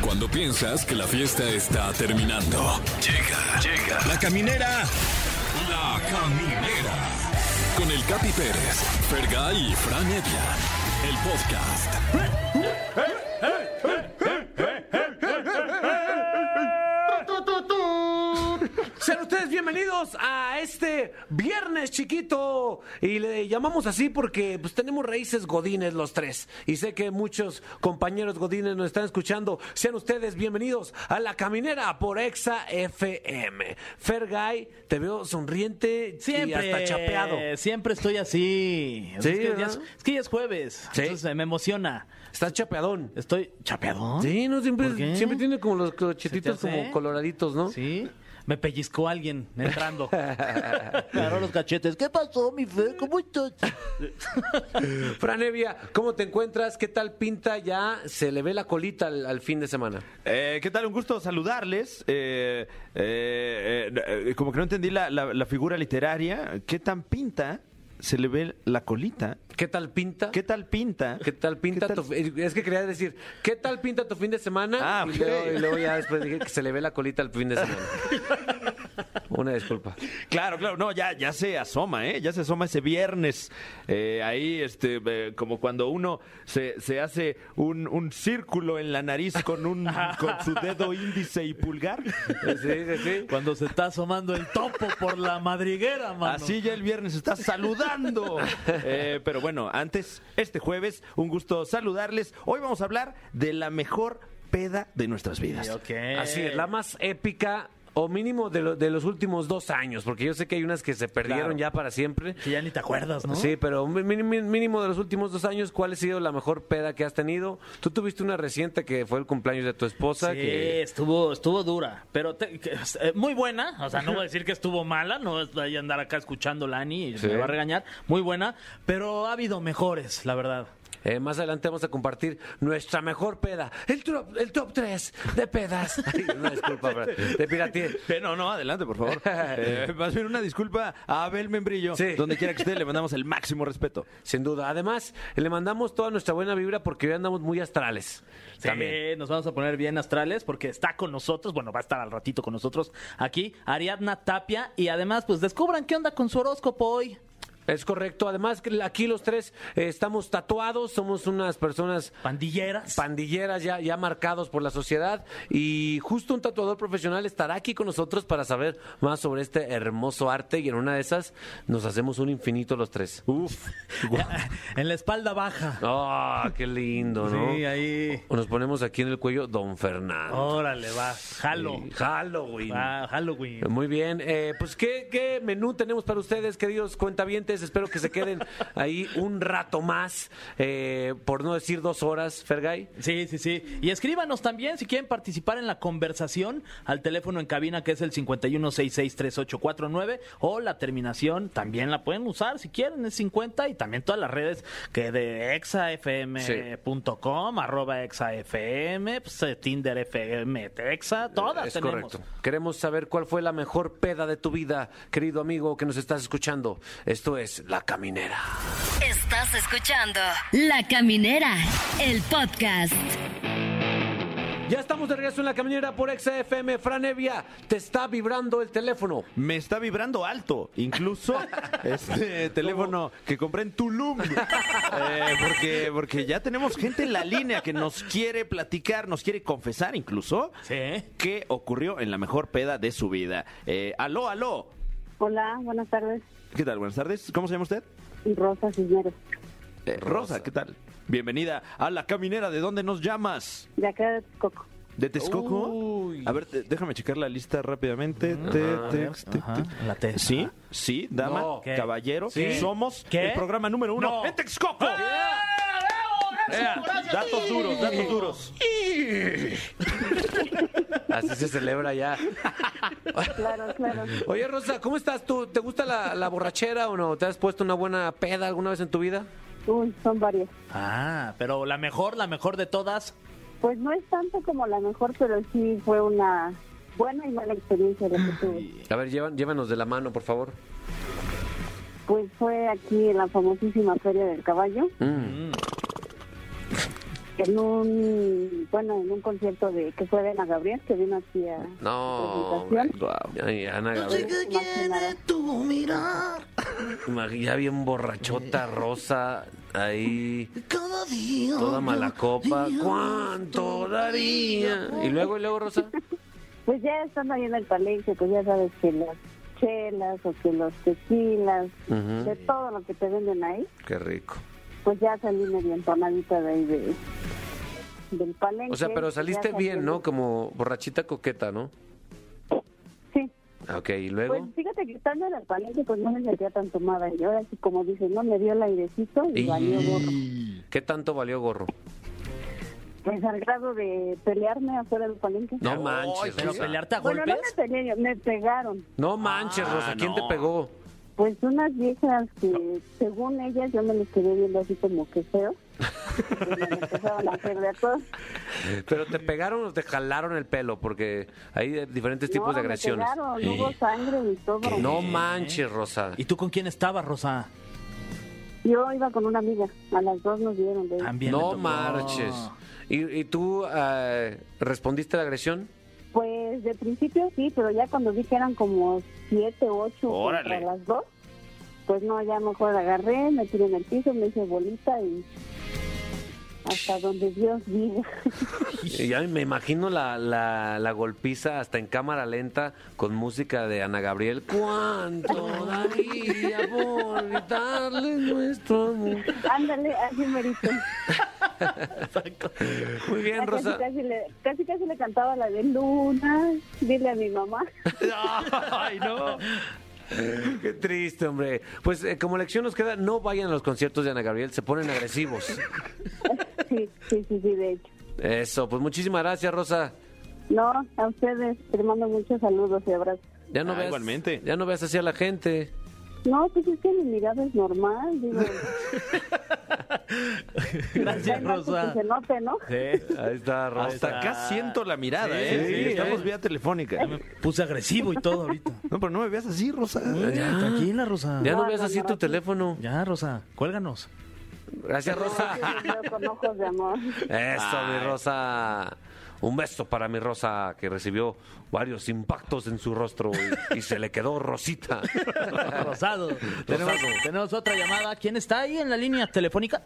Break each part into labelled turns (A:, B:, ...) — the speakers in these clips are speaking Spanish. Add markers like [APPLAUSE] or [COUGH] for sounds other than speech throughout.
A: Cuando piensas que la fiesta está terminando. Llega, llega. La caminera. La caminera. Con el Capi Pérez, Fergay y Fran Evia. El podcast.
B: Sean ustedes bienvenidos a este viernes chiquito y le llamamos así porque pues tenemos raíces godines los tres y sé que muchos compañeros godines nos están escuchando. Sean ustedes bienvenidos a La Caminera por Exa FM. Fergay, te veo sonriente
C: Siempre.
B: y hasta chapeado.
C: Siempre estoy así.
B: Sí,
C: es, que ya
B: ¿verdad?
C: es, es que ya es jueves.
B: Sí.
C: Entonces eh, me emociona.
B: Estás chapeadón.
C: Estoy chapeadón.
B: Sí, no
C: ¿Por qué?
B: siempre siempre tiene como los cochetitos
C: ¿Se te hace?
B: como coloraditos, ¿no?
C: Sí. Me pellizcó alguien
B: [LAUGHS]
C: entrando. Me agarró los cachetes. ¿Qué pasó, mi fe? ¿Cómo estás?
B: Fran Evia, ¿cómo te encuentras? ¿Qué tal pinta ya? Se le ve la colita al- al fin de semana.
D: Eh, ¿Qué tal? Un gusto saludarles. Eh, eh, eh, eh, como que no entendí la, la- la figura literaria. ¿Qué tan pinta se le ve la colita?
B: ¿Qué tal pinta?
D: ¿Qué tal pinta?
B: ¿Qué tal pinta
D: ¿Qué tal-
B: tu eh, Es que quería decir, ¿qué tal pinta tu fin de semana?
D: Ah,
B: y,
D: ok.
B: luego, y luego ya después dije que se le ve la colita al fin de semana. Una disculpa.
D: Claro, claro. No, ya, ya se asoma, ¿eh? Ya se asoma ese viernes. Eh, ahí, este, eh, como cuando uno se, se hace un, un círculo en la nariz
B: [LAUGHS]
D: con, un, con su dedo índice y pulgar.
B: Sí, sí, sí.
C: Cuando se está asomando el topo por la madriguera, mano.
D: Así ya el viernes
C: [LAUGHS]
D: está saludando. Eh, pero bueno, antes, este jueves, un gusto saludarles. Hoy vamos a hablar de la mejor peda de nuestras vidas.
C: Sí, ok.
B: Así es, la más épica o mínimo de, lo- de los últimos dos años, porque yo sé que hay unas que se perdieron
D: Claro.
B: ya para siempre.
C: Que ya ni te acuerdas, ¿no?
B: Sí, pero mi- mi- mi- mínimo de los últimos dos años, ¿cuál ha sido la mejor peda que has tenido? Tú tuviste una reciente que fue el cumpleaños de tu esposa.
C: Sí,
B: que-
C: estuvo, estuvo dura, pero te- que- eh, muy buena. O sea, no voy a decir que estuvo mala, no es ahí andar acá escuchando Lani y
B: Sí.
C: me va a regañar. Muy buena, pero ha habido mejores, la verdad.
B: Eh, más adelante vamos a compartir nuestra mejor peda, el top, el top 3 de pedas. Ay, Una disculpa, Fran, te pirateé.
D: Eh, no, no, adelante,
C: [LAUGHS]
D: por favor. Eh, más bien una disculpa a Abel Membrillo.
B: Sí.
D: Donde quiera que esté, le mandamos el máximo respeto.
B: Sin duda. Además, le mandamos toda nuestra buena vibra porque hoy andamos muy astrales.
C: Sí,
B: También.
C: nos vamos a poner bien astrales porque está con nosotros, bueno, va a estar al ratito con nosotros aquí, Ariadna Tapia. Y además, pues descubran qué onda con su horóscopo hoy.
B: Es correcto. Además, que aquí los tres eh, estamos tatuados, somos unas personas
C: Pandilleras.
B: pandilleras ya, ya marcados por la sociedad y justo un tatuador profesional estará aquí con nosotros para saber más sobre este hermoso arte y en una de esas nos hacemos un infinito los tres.
C: Uf. en la espalda baja.
B: ¡Ah, qué lindo, ¿no?
C: Sí, ahí.
B: O nos ponemos aquí en el cuello Don Fernando.
C: Órale, va. Jalo.
B: Sí, Halloween.
C: Va, Halloween.
B: Muy bien, eh, pues ¿qué, qué menú tenemos para ustedes, queridos cuentavientes. Espero que se queden ahí un rato más, eh, por no decir dos horas, Fergay.
C: Sí, sí, sí. Y escríbanos también si quieren participar en la conversación al teléfono en cabina que es el 51663849 o la terminación también la pueden usar si quieren, es 50 y también todas las redes que de exafm.com, arroba exafm, pues, eh, Tinder FM, Texa, todas
B: es
C: tenemos.
B: correcto. Queremos saber cuál fue la mejor peda de tu vida, querido amigo que nos estás escuchando. Esto es La Caminera.
E: Estás escuchando La Caminera, el podcast.
B: Ya estamos de regreso en La Caminera por XFM. Fran Evia, te está vibrando el teléfono.
D: Me está vibrando alto,
C: [LAUGHS]
D: incluso este teléfono que compré en Tulum. Eh, porque, porque ya tenemos gente en la línea que nos quiere platicar, nos quiere confesar incluso
C: Sí.
D: qué ocurrió en la mejor peda de su vida. Eh, aló, aló.
F: Hola, buenas tardes.
D: ¿Qué tal? Buenas tardes. ¿Cómo se llama usted?
F: Rosa Cisneros,
D: Eh, Rosa. ¿qué tal? Bienvenida a la caminera. ¿De dónde nos llamas?
F: de acá de Texcoco.
D: ¿De Texcoco?
C: Uy. Mm,
D: A ver, te- déjame checar la lista rápidamente. Te- tex- te-
C: Ajá,
D: te-
C: la T.
D: Sí,
C: Ajá.
D: sí, dama,
B: No.
C: ¿Qué?
D: caballero.
C: Sí.
D: Somos
C: ¿Qué?
D: el programa número uno
C: No.
D: en Texcoco. Eh, datos duros, datos duros.
B: Así se celebra ya.
F: Claro, claro.
B: Oye, Rosa, ¿cómo estás tú? ¿Te gusta la, la borrachera o no? ¿Te has puesto una buena peda alguna vez en tu vida?
F: Uy, son varias.
C: Ah, pero la mejor, la mejor de todas.
F: Pues no es tanto como la mejor, pero sí fue una buena y mala experiencia la que tuve.
B: A ver, llevan- llévanos de la mano, por favor. Mm.
F: Pues fue aquí en la famosísima Feria del Caballo. en un, bueno, en un concierto de que fue de Ana Gabriel, que vino aquí a
B: No,
F: a presentación.
D: Guau.
B: Ay, Ana Gabriel. Imag- Ya bien borrachota, rosa, ahí. Toda mala copa. ¿Cuánto daría? Y luego, y luego, Rosa.
F: Pues ya estando ahí en el palacio, pues ya sabes que las chelas o que los tequilas,
B: Ujú.
F: de todo lo que te venden ahí,
B: Qué rico.
F: pues ya salí medio entonadita de ahí de, del palenque. pues
B: O sea, pero
F: Ya
B: saliste
F: salí
B: bien,
F: en-
B: ¿no? Como borrachita coqueta, ¿no?
F: Sí.
B: Ah, Ok, y
F: Pues
B: luego.
F: fíjate que estando en el palenque, pues no me sentía tan tomada. Y ahora sí, como dicen, no me dio el airecito y valió gorro.
B: Y- ¿Qué tanto valió gorro?
F: Pues al grado de pelearme afuera del palenque.
B: No
D: Ay,
B: manches,
D: pero
C: ¿Pero
B: Rosa.
C: pelearte a
F: bueno, no me
C: golpes?
F: peleé, yo, me pegaron.
B: No manches,
C: Ah,
B: Rosa. ¿Quién te
D: no.
B: pegó?
F: Pues unas viejas que, según ellas, yo me les quedé viendo así como que feo. Y me empezaron a hacer de a todos.
B: ¿Pero te pegaron o te jalaron el pelo? Porque hay de- diferentes tipos
F: no,
B: de
F: me
B: agresiones.
F: pegaron, hubo sangre y todo.
B: No manches, Rosa.
C: ¿Y tú con quién estabas, Rosa?
F: Yo iba con una amiga, a las dos nos dieron de
C: También le
B: no
C: tocó.
B: marches.
C: [LAUGHS]
B: ¿Y, y tú eh, respondiste a la agresión?
F: Pues de principio sí, pero ya cuando vi que eran como siete, ocho
D: Órale.
F: contra las dos, pues no, ya mejor agarré, me tiré en el piso, me hice bolita y hasta donde Dios vive.
B: Y ya me imagino la, la, la golpiza hasta en cámara lenta con música de Ana Gabriel. ¿Cuánto daría por gritarle nuestro amor?
F: [LAUGHS]
C: [LAUGHS]
F: Ándale, así merito.
B: Muy bien,
F: casi,
B: Rosa.
F: casi, le, casi casi le cantaba la de Luna, dile a mi mamá. [LAUGHS]
D: Ay, no.
B: [LAUGHS] Qué triste, hombre. Pues eh, como lección nos queda, no vayan a los conciertos de Ana Gabriel, se ponen agresivos.
F: Sí, sí, sí, sí, de hecho.
B: Eso, pues muchísimas gracias, Rosa.
F: No, a ustedes te mando muchos saludos y abrazos.
B: Ya no
D: Ah,
B: veas,
D: igualmente.
B: Ya no veas así a la gente.
F: No, pues es que mi mirada es normal, digo.
C: [LAUGHS] Gracias,
F: hay más que
C: Rosa.
F: se note, ¿no?
B: Ahí está, Rosa.
D: Hasta acá siento la mirada,
C: Sí,
D: ¿eh?
B: sí,
D: estamos
B: ¿eh?
D: vía telefónica.
C: Puse agresivo y todo ahorita.
D: No, pero no me veas así, Rosa.
C: Ya, Tranquila, Rosa.
B: Ya no
F: No,
B: veas
F: no,
B: así
F: no,
B: tu
F: sí.
B: teléfono.
C: Ya, Rosa, cuélganos.
B: Gracias, [LAUGHS] Rosa.
F: Yo con ojos de amor.
B: Eso, mi Rosa. Un beso para mi Rosa, que recibió varios impactos en su rostro y, y se le quedó rosita.
C: Rosado. [LAUGHS] Tenemos, tenemos otra llamada. ¿Quién está ahí en la línea telefónica?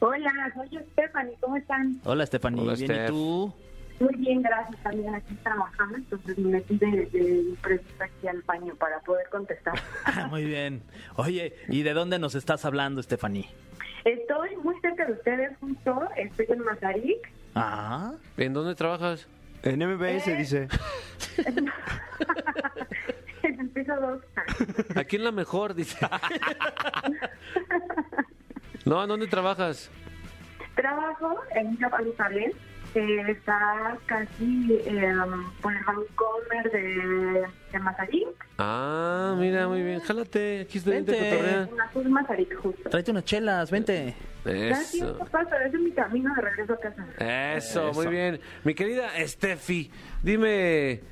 G: Hola, soy yo, Stephanie, ¿cómo están?
C: Hola, Estefanía.
B: Hola,
C: Bien, ¿y
B: Steph.
C: tú?
G: Muy bien, gracias. También aquí trabajando, entonces me metí de, de imprevista aquí al baño para poder
B: [LAUGHS]
G: contestar.
C: Ah, Muy bien. Oye, ¿y de dónde nos estás hablando, Estefanía?
G: Estoy muy cerca de ustedes justo, estoy en Mazarik.
C: Ah,
B: ¿En dónde trabajas?
D: En MBS dice.
G: en el piso 2.
B: Aquí en la mejor,
G: [LAUGHS]
B: dice. No, ¿en dónde trabajas?
G: Trabajo en una Jerusalén, que está casi eh, por el Vancomer de, de Mazarik,
B: Ah, mira, muy bien. Jálate, aquí estoy
C: Vente.
B: te cotorrea.
G: en Azul Mazarik justo.
C: tráete unas chelas, vente.
G: Gracias,
B: Eso.
G: papá, pero ese es mi camino de regreso a casa.
B: Eso, muy
C: Eso.
B: bien. Mi querida Steffi, dime,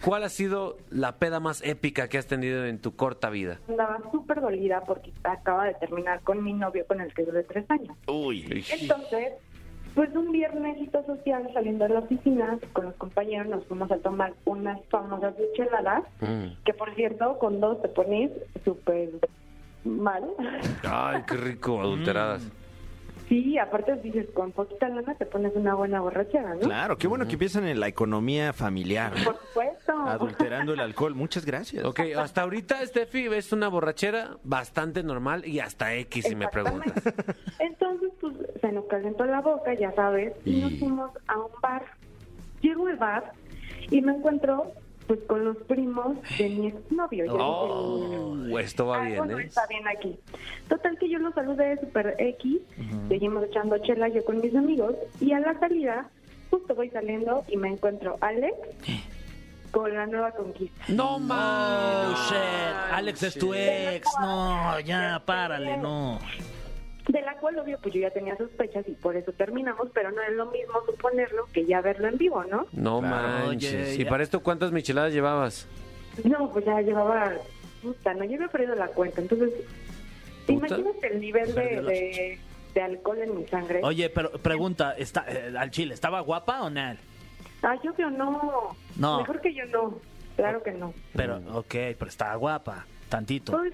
B: ¿cuál ha sido la peda más épica que has tenido en tu corta vida?
G: Andaba súper dolida porque acaba de terminar con mi novio con el que duré tres años.
D: Uy.
G: Entonces, pues un viernesito social saliendo de la oficina con los compañeros nos fuimos a tomar unas famosas micheladas,
B: Mm.
G: que por cierto, con dos te pones súper mal.
D: [LAUGHS]
B: Ay, qué rico, adulteradas.
G: Sí, aparte dices, con poquita lana te pones una buena borrachera, ¿no?
D: Claro, qué bueno que empiezan en la economía familiar.
G: Por supuesto.
D: Adulterando el alcohol. Muchas gracias.
B: Ok, hasta ahorita, Steffi, ves una borrachera bastante normal y hasta X, si me
G: Exactamente.
B: preguntas.
G: Entonces, pues se nos calentó la boca, ya sabes, y nos fuimos a un bar. Llego al bar y me encuentro pues con los primos de mi exnovio. Ya dije,
B: Oh, esto va
G: algo
B: bien,
G: no
B: ¿eh?
G: está bien aquí. Total que yo los saludé super X, seguimos echando chela yo con mis amigos y a la salida justo voy saliendo y me encuentro a Alex con la nueva conquista.
B: No
C: Oh,
B: más.
C: shit. Alex es tu ex. No, ya, párale, no.
G: De la cual, obvio, pues yo ya tenía sospechas y por eso terminamos, pero no es lo mismo suponerlo que ya verlo en vivo, ¿no?
B: No
C: Claro,
B: manches.
C: oye,
B: ¿Y
C: ya.
B: para esto cuántas micheladas llevabas?
G: No, pues ya llevaba, puta, no, yo había perdido la cuenta. Entonces,
B: Puta.
G: imagínate el nivel de,
C: Perdió la
G: de, de alcohol en mi sangre.
C: Oye, pero pregunta, está, eh, al chile, ¿estaba guapa o no?
G: Ah, yo que no.
C: No.
G: Mejor que yo no. Claro que no.
C: Pero, ok, pero estaba guapa, tantito.
G: Pues,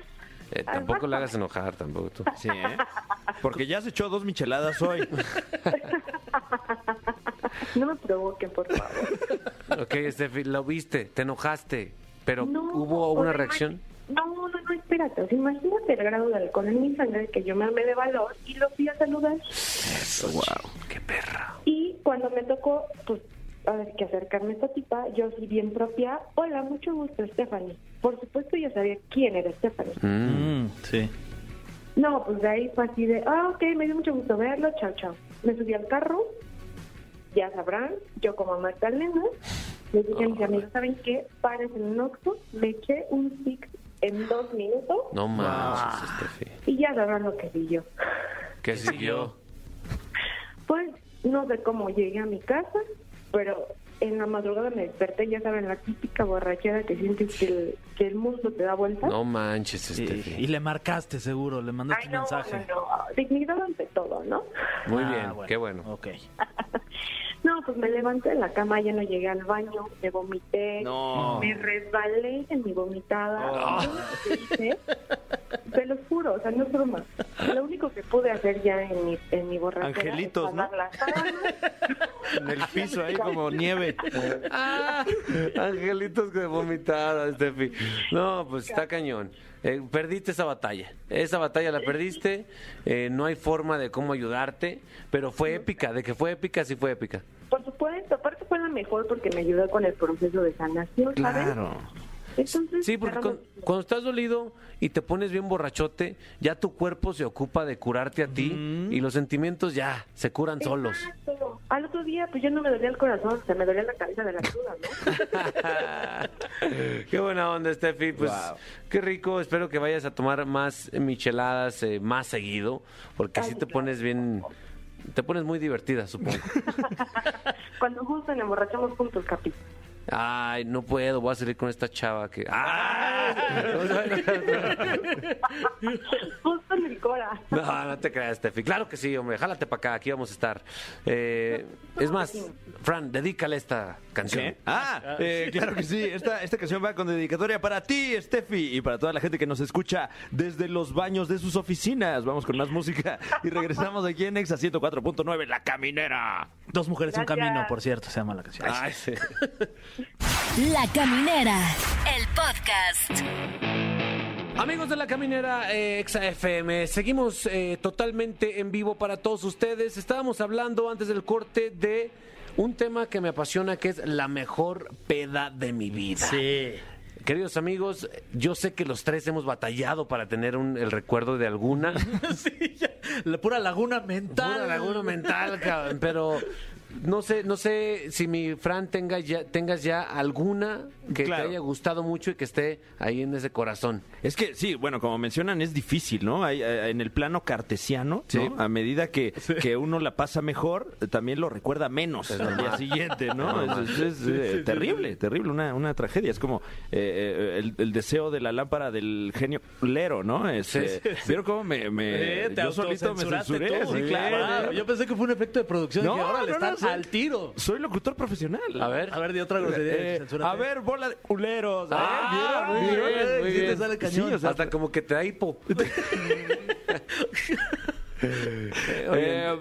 H: Eh, tampoco la hagas enojar, tampoco tú. [LAUGHS]
D: Sí, ¿eh? Porque ya se echó dos micheladas hoy.
G: no me provoquen, por favor.
B: Ok, Steffi, lo viste, te enojaste, pero
G: No,
B: ¿hubo
G: o
B: una
G: sea,
B: reacción?
G: imagi- No, no, no, espérate. O sea, imagínate el grado de alcohol en mi sangre que yo me armé de valor y lo fui a saludar.
B: ¡Qué perra!
G: Y cuando me tocó, pues, a ver, que acercarme a esta tipa, yo sí bien propia. Hola, mucho gusto, Stephanie. Por supuesto, yo sabía quién era Stephanie.
C: Mm, sí.
G: No, pues de ahí fue así de, ah, ok, me dio mucho gusto verlo, chao, chao. Me subí al carro, ya sabrán, yo como Magdalena, le dije a mis amigos, ¿saben qué? Pares en un Oxxo, me eché un six en dos minutos
H: No manches, Steffi.
G: y ya sabrán lo que vi yo.
H: ¿Qué siguió?
G: Pues no sé cómo llegué a mi casa, pero en la madrugada me desperté, ya saben, la típica borrachera que sientes que el, que el mundo te da vuelta.
H: No manches,
C: Y, y
H: Steffi.
C: le marcaste seguro, le mandaste
G: Ay,
C: un
G: no,
C: mensaje.
G: no, no, dignidad ante todo, ¿no?
H: Muy
C: Ah,
H: bien, qué bueno.
C: Ok.
G: No, pues me levanté de la cama, ya no llegué al baño, me vomité,
D: No. Ah.
G: me resbalé en mi vomitada. Yo no sé qué hice, Te lo juro, o sea, no es broma. Lo único que pude hacer ya en mi, en mi borrachera
D: Angelitos,
G: es jalar
D: ¿no?
G: las sábanas.
D: En el piso ahí como nieve.
H: Ah, Angelitos que vomitaron, Steffi. No, pues está cañón. Eh, perdiste esa batalla. Esa batalla la perdiste. eh, no hay forma de cómo ayudarte, pero fue épica. De que fue épica, sí fue épica.
G: Por supuesto, aparte fue la mejor porque me ayudó con el proceso de sanación, ¿sabes? Entonces,
B: Sí, porque
G: claro,
B: cuan- cuando estás dolido y te pones bien borrachote, ya tu cuerpo se ocupa de curarte a ti y los sentimientos ya se curan solos.
G: exacto. Al otro día, pues yo no me dolía el corazón, se me dolía la cabeza de la cruda,
H: [LAUGHS]
G: ¿no?
H: Qué buena onda, Steffi. Pues qué rico. Espero que vayas a tomar más micheladas eh, más seguido, porque así te pones bien. Te pones muy divertida, supongo.
G: Cuando gusten, emborrachamos juntos, capi.
H: Ay, no puedo. Voy a salir con esta chava que. ¡Ay!
G: Justo en el cora.
H: No, no te creas, Steffi. Claro que sí, hombre. Jálate para acá. Aquí vamos a estar. Eh, es más, Fran, dedícale esta canción.
D: ¿Qué? Ah, eh, claro que sí. Esta, esta canción va con dedicatoria para ti, Steffi, y para toda la gente que nos escucha desde los baños de sus oficinas. Vamos con más música y regresamos aquí en Exa 104.9, La Caminera.
C: Dos mujeres, un
G: Gracias.
C: camino, por cierto, se llama la canción.
D: Ah,
H: Ay, sí.
E: La Caminera, el podcast.
B: Amigos de la caminera eh, Exa FM, seguimos eh, totalmente en vivo para todos ustedes. Estábamos hablando antes del corte de un tema que me apasiona, que es la mejor peda de mi
C: Ah,
B: vida.
C: Sí.
B: Queridos amigos, yo sé que los tres hemos batallado para tener un- el recuerdo de alguna.
C: sí, ya. La pura laguna mental.
B: Pura laguna mental, cabrón. Pero no sé, no sé si mi Fran tenga ya, tengas ya alguna que
D: Claro.
B: te haya gustado mucho y que esté ahí en ese corazón.
D: Es que sí, bueno, como mencionan, es difícil, ¿no? Hay, eh, en el plano cartesiano, ¿no? a medida que, que uno la pasa mejor, eh, también lo recuerda menos al día siguiente, ¿no? Es, es- es, eh, terrible, terrible, una, una tragedia. Es como eh, eh, el, el deseo de la lámpara del genio lero, ¿no? Este, ¿Vieron cómo me, me-
C: Eh, te
D: yo solito me
C: autocensuraste
D: censuré?
C: tú.
D: Sí,
C: Sí,
D: claro.
C: claro. Ah, Yo pensé que fue un efecto de producción.
D: No,
C: y ahora le
D: no, no,
C: están
D: soy-
C: al tiro.
D: Soy locutor profesional.
B: A ver.
C: A ver, de otra grosería.
D: Eh,
C: censúrate.
D: a ver, bola de culeros. ¿eh?
B: Ah,
D: ¿Vieron?
B: muy
D: ¿Vieron?
B: bien, muy
D: Sí te
B: bien.
D: sale cañón.
B: Sí, o sea, hasta como que te da hipo.
D: Eh, eh,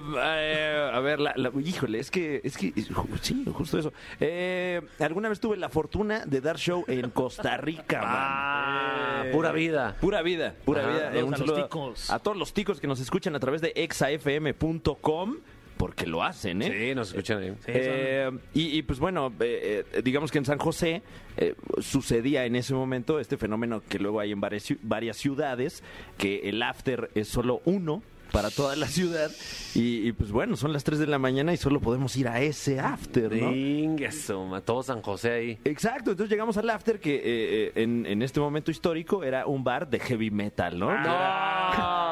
D: a ver, la, la- híjole, es que, es que, ju- sí, justo eso. Eh, alguna vez tuve la fortuna de dar show en Costa Rica,
B: Ah,
D: man. Eh,
B: pura vida.
D: Pura vida, pura
B: Ajá,
D: vida. Eh, un
C: saludos a los
D: saludo
C: ticos.
D: a todos los ticos que nos escuchan a través de exafm.com, porque lo hacen, ¿eh?
H: Sí, nos escuchan ahí.
C: Sí, son-
D: Eh, y, y, pues bueno, eh, eh, digamos que en San José eh, sucedía en ese momento este fenómeno que luego hay en varias, ciu- varias ciudades, que el after es solo uno para toda la ciudad. Y, y, pues bueno, son las 3 de la mañana y solo podemos ir a ese after, ¿no?
H: Dingue, suma, todo San José ahí.
D: Exacto, entonces llegamos al after que eh, eh, en, en este
C: Ah.
D: Ah. momento histórico era un bar de heavy metal, ¿no? Que era-
H: ¡No!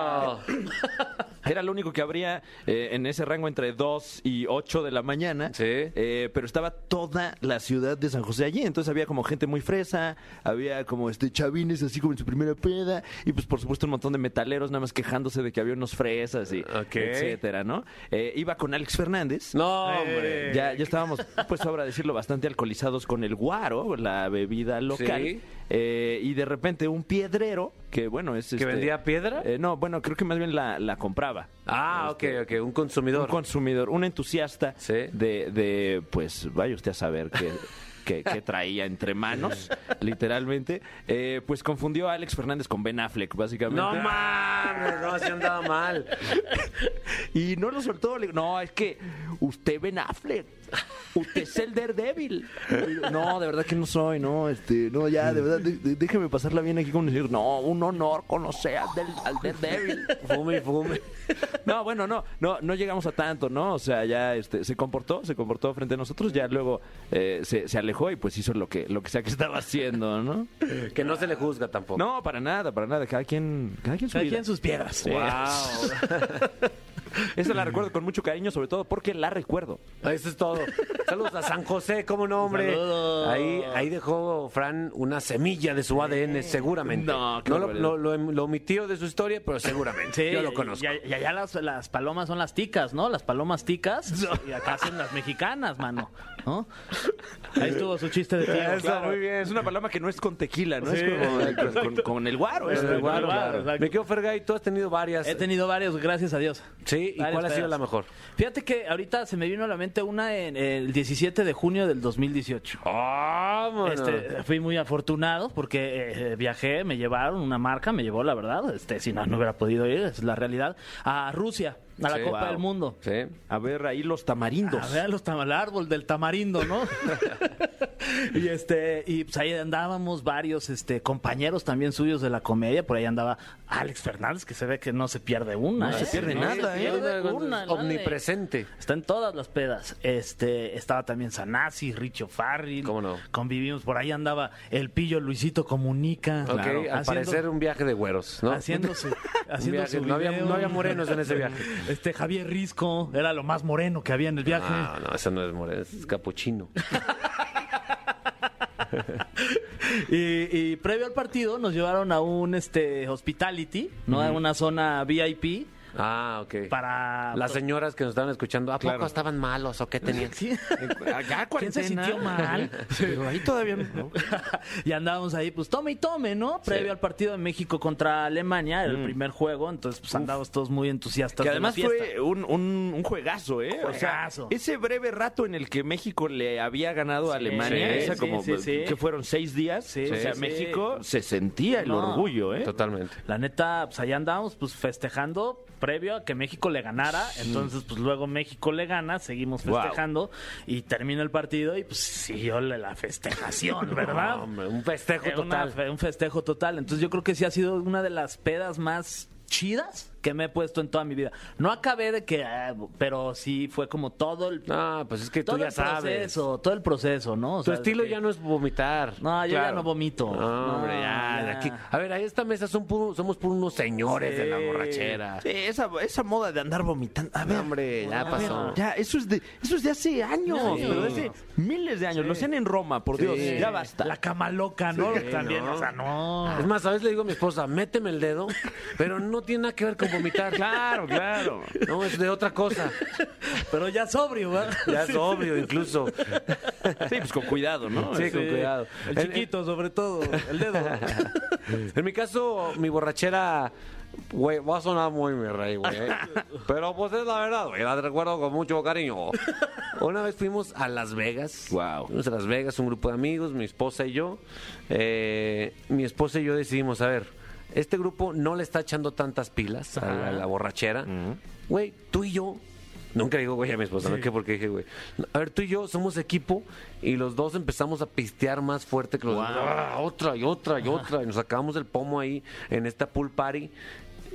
D: Era lo único que habría eh, en ese rango entre 2 y 8 de la mañana.
B: Sí.
D: Eh, pero estaba toda la ciudad de San José allí. Entonces había como gente muy fresa, había como este chavines así como en su primera peda. Y pues por supuesto un montón de metaleros nada más quejándose de que había unos fresas y
B: Ok.
D: etcétera, ¿no? Eh, iba con Alex Fernández.
B: No, hombre.
D: Ya, ya estábamos, pues sobra decirlo, bastante alcoholizados con el guaro, la bebida local.
B: Sí.
D: Eh, y de repente un piedrero, que bueno, es... este,
B: vendía piedra?
D: eh, no, bueno, creo que más bien la, la compraba.
B: Ah, ok, ok, un consumidor.
D: Un consumidor, un entusiasta
B: Sí.
D: de, de, pues vaya usted a saber qué, [LAUGHS] qué- qué traía entre manos, literalmente. Eh, pues confundió a Alex Fernández con Ben Affleck, básicamente.
B: no mames, no, se andaba mal.
D: Y no lo soltó. Le digo, no, es que usted Ben Affleck. Usted es el Daredevil. Y yo, No, de verdad que no soy, no, este, no, ya, de verdad, de- de- déjeme pasarla bien aquí con decir, no, un honor conocer al, del, al Daredevil.
B: Fume y fume.
D: No, bueno, no, no, no llegamos a tanto, ¿no? O sea, ya este, se comportó, se comportó frente a nosotros, ya luego eh, se, se alejó y pues hizo lo que, lo que sea que estaba haciendo, ¿no?
B: Que no se le juzga tampoco.
D: No, para nada, para nada, cada quien, cada quien su
C: Cada
D: vida.
C: quien sus piedras.
D: Sí.
B: Ah,
D: Esa la recuerdo con mucho cariño, sobre todo porque la recuerdo.
B: Eso es todo. Saludos a San José, cómo no, hombre.
C: Saludos.
B: Ahí, ahí dejó Fran una semilla de su ADN, seguramente.
D: No, qué
B: lo,
D: barbaridad.
B: lo- lo- lo omitió de su historia, pero seguramente.
C: Sí,
B: Yo lo conozco.
C: Y, y allá las, las palomas son las ticas, ¿no? Las palomas ticas. Y acá hacen las mexicanas, mano. ¿No? Ahí estuvo su chiste de tío.
B: Eso, muy bien.
D: Es una paloma que no es con tequila, ¿no?
C: Sí,
D: es como
C: exacto.
D: con, con el guaro. este,
C: Con
D: es
C: el
D: con
C: guaro, claro.
D: claro.
C: exacto.
B: Me quedo Fergay, tú has tenido varias.
C: He tenido varios, gracias a Dios.
B: Sí, ¿y
C: Varias
B: cuál ha sido
C: pedas.
B: la mejor?
C: Fíjate que ahorita se me vino a la mente una en el 17 de junio del 2018.
B: Vámonos.
C: Este, fui muy afortunado porque eh, viajé, me llevaron una marca, me llevó la verdad, este, si no, no hubiera podido ir, es la realidad, a Rusia, a la
B: Sí.
C: Copa
B: Wow.
C: del Mundo.
B: Sí.
D: A ver, ahí los tamarindos.
C: A ver, los tam- el árbol del tamarindo, ¿no? y este, y pues ahí andábamos varios este compañeros también suyos de la comedia, por ahí andaba Alex Fernández, que se ve que no se pierde una.
D: No se
C: ¿eh?
D: pierde
C: No
D: nada,
C: se
D: ¿eh?
C: pierde una,
B: Es
C: nada.
B: omnipresente.
C: Está en todas las pedas. Este, estaba también Sanasi, Richo Farri.
B: ¿Cómo no?
C: Convivimos, por ahí andaba el pillo Luisito Comunica.
B: Ok,
C: Claro.
B: al
C: Haciendo-
B: parecer un viaje de güeros, ¿no?
C: Haciendo
B: [LAUGHS]
C: su, haciendo
B: viaje.
C: su
B: No había-
C: video.
B: no había morenos en ese viaje.
C: [LAUGHS] Este Javier Risco era lo más moreno que había en el viaje.
B: No, no, eso no es moreno, es capuchino.
C: [LAUGHS] Y, y previo al partido nos llevaron a un este hospitality, ¿no? A una zona VIP
B: Ah, ok.
C: para
B: Las señoras que nos estaban escuchando, ¿a poco estaban malos o qué
D: [LAUGHS]
B: tenían?
C: Sí.
D: Ah, Ya
C: ¿Quién se
D: cuarentena.
C: sintió mal?
D: Pero ahí todavía no.
C: [LAUGHS] y andábamos ahí, pues tome y tome, ¿no? Previo al partido de México contra Alemania, era el primer juego, entonces pues andábamos todos muy entusiastas.
D: Mm. Que
C: de la
D: además
C: fiesta.
D: fue un, un- un juegazo, ¿eh? O sea,
C: Juegazo.
D: ese breve rato en el que México le había ganado a
C: Sí,
D: Alemania,
C: sí,
D: esa
C: sí,
D: como
C: sí, sí.
D: que fueron seis días,
C: Sí,
D: o
C: sí,
D: sea,
C: sí.
D: México se sentía el
C: No.
D: orgullo, ¿eh?
B: Totalmente.
C: La neta, pues allá andábamos pues festejando previo a que México le ganara. Entonces, pues luego México le gana, seguimos
D: Wow.
C: festejando y termina el partido y pues siguió la la festejación, ¿verdad?
B: No, hombre, un festejo
C: Era una
B: total.
C: fe- un festejo total. Entonces yo creo que sí ha sido una de las pedas más chidas que me he puesto en toda mi vida. No acabé de que, ah, pero sí fue como todo el,
B: Ah, pues es que
C: todo
B: tú ya
C: el
B: sabes.
C: proceso, todo el proceso, ¿no? O
B: Tu
C: sea, de
B: estilo
C: que-
B: ya no es vomitar.
C: No, yo ya no vomito.
B: No, hombre,
C: No,
B: ya, de
C: ya.
B: aquí. A ver, ahí esta mesa son puro- somos puros unos señores de la
D: Sí.
B: borrachera.
D: Sí, esa, esa moda de andar vomitando. A ver,
B: hombre, ya
D: a ver,
B: pasó.
D: Ya, eso es de, eso es de hace años,
C: Sí.
D: pero de hace miles de años. Lo hacían en Roma, por Dios. Ya basta.
C: La cama loca, ¿no? También, o sea, no.
B: Es más, a veces le digo a mi esposa, méteme el dedo, pero no tiene nada que ver con vomitar.
D: Claro, claro.
B: No, es de otra cosa.
C: Pero ya sobrio, ¿verdad?
B: [LAUGHS] Ya es obvio, incluso.
D: Sí, pues con cuidado, ¿no?
B: Sí, con cuidado. eh,
C: El
B: En-
C: chiquito, sobre todo, el dedo.
B: [LAUGHS] En mi caso, mi borrachera, güey, va a sonar muy mi rey, güey. ¿eh? Pero pues es la verdad, güey, la recuerdo con mucho cariño. Una vez fuimos a Las Vegas.
D: Guau.
B: Fuimos a Las Vegas, un grupo de amigos, mi esposa y yo. Eh, mi esposa y yo decidimos, a ver, este grupo no le está echando tantas pilas a la, a la borrachera. Güey, tú y yo... Nunca digo, güey, a mi esposa, no que porque dije, güey. A ver, tú y yo somos equipo y los dos empezamos a pistear más fuerte que los demás. Ah, otra y otra y otra. Y nos sacamos el pomo ahí en esta pool party.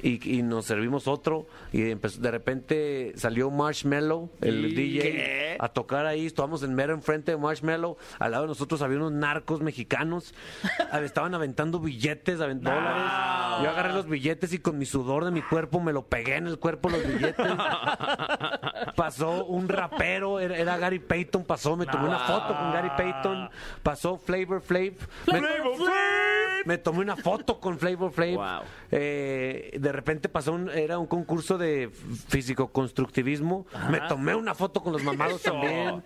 B: y, y nos servimos otro y empezó- de repente salió Marshmallow, el DJ, a tocar ahí, estábamos en mero enfrente de Marshmallow, al lado de nosotros había unos narcos mexicanos, a- estaban aventando billetes, avent- dólares, yo agarré los billetes y con mi sudor de mi cuerpo me lo pegué en el cuerpo los billetes, pasó un rapero, era, era Gary Payton, pasó, me tomé una foto con Gary Payton, pasó Flavor Flav, me- me tomé una foto con Flavor Flav.
D: Wow.
B: Eh, de repente pasó un, era un concurso de físico constructivismo. Me tomé una foto con los mamados también.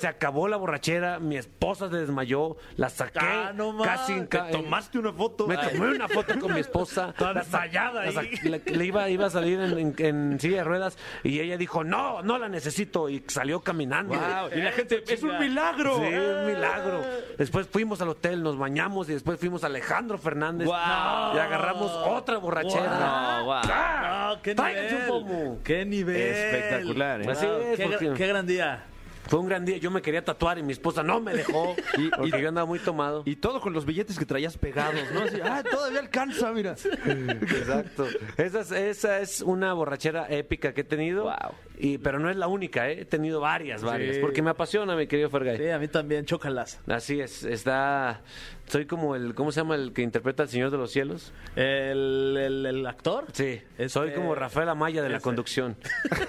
B: Se acabó la borrachera, mi esposa se desmayó, la saqué.
C: Ah, no mames.
B: casi en ca-
D: ¿Tomaste una foto?
B: me tomé una foto con mi esposa.
C: Toda
B: La sa-
C: desmayada
B: la sa-
C: ahí.
B: la- Le iba, iba a salir en, en- en silla de ruedas y ella dijo, no, no la necesito. Y salió caminando.
D: Wow, Y la gente, es un milagro. Ah.
B: Sí, un milagro. Después fuimos al hotel, nos bañamos y después fuimos a Alejandro Fernández.
D: Guau.
B: Y agarramos otra borrachera.
D: No, wow.
C: Ah, ¡Qué
B: Tráiganse un
C: nivel!
B: pomo.
C: ¡Qué nivel!
D: Espectacular, ¿eh?
B: Así es,
C: Qué,
B: porque
C: gra- qué gran día!
B: fue un gran día. Yo me quería tatuar y mi esposa no me dejó
D: [LAUGHS] Y- y-
B: porque yo andaba muy tomado.
D: Y todo con los billetes que traías pegados, ¿no? Así, ah, todavía alcanza, mira.
B: Exacto. Esa es, esa es una borrachera épica que he tenido.
D: Guau.
B: Y, pero no es la única, ¿eh? he tenido varias, varias. Porque me apasiona, mi querido Fergay.
C: Sí, a mí también, chócalas.
B: Así es, está. Soy como el. ¿Cómo se llama el que interpreta al Señor de los Cielos?
C: ¿El, el, el actor?
B: Sí,
C: Este-
B: soy como Rafael Amaya de la conducción.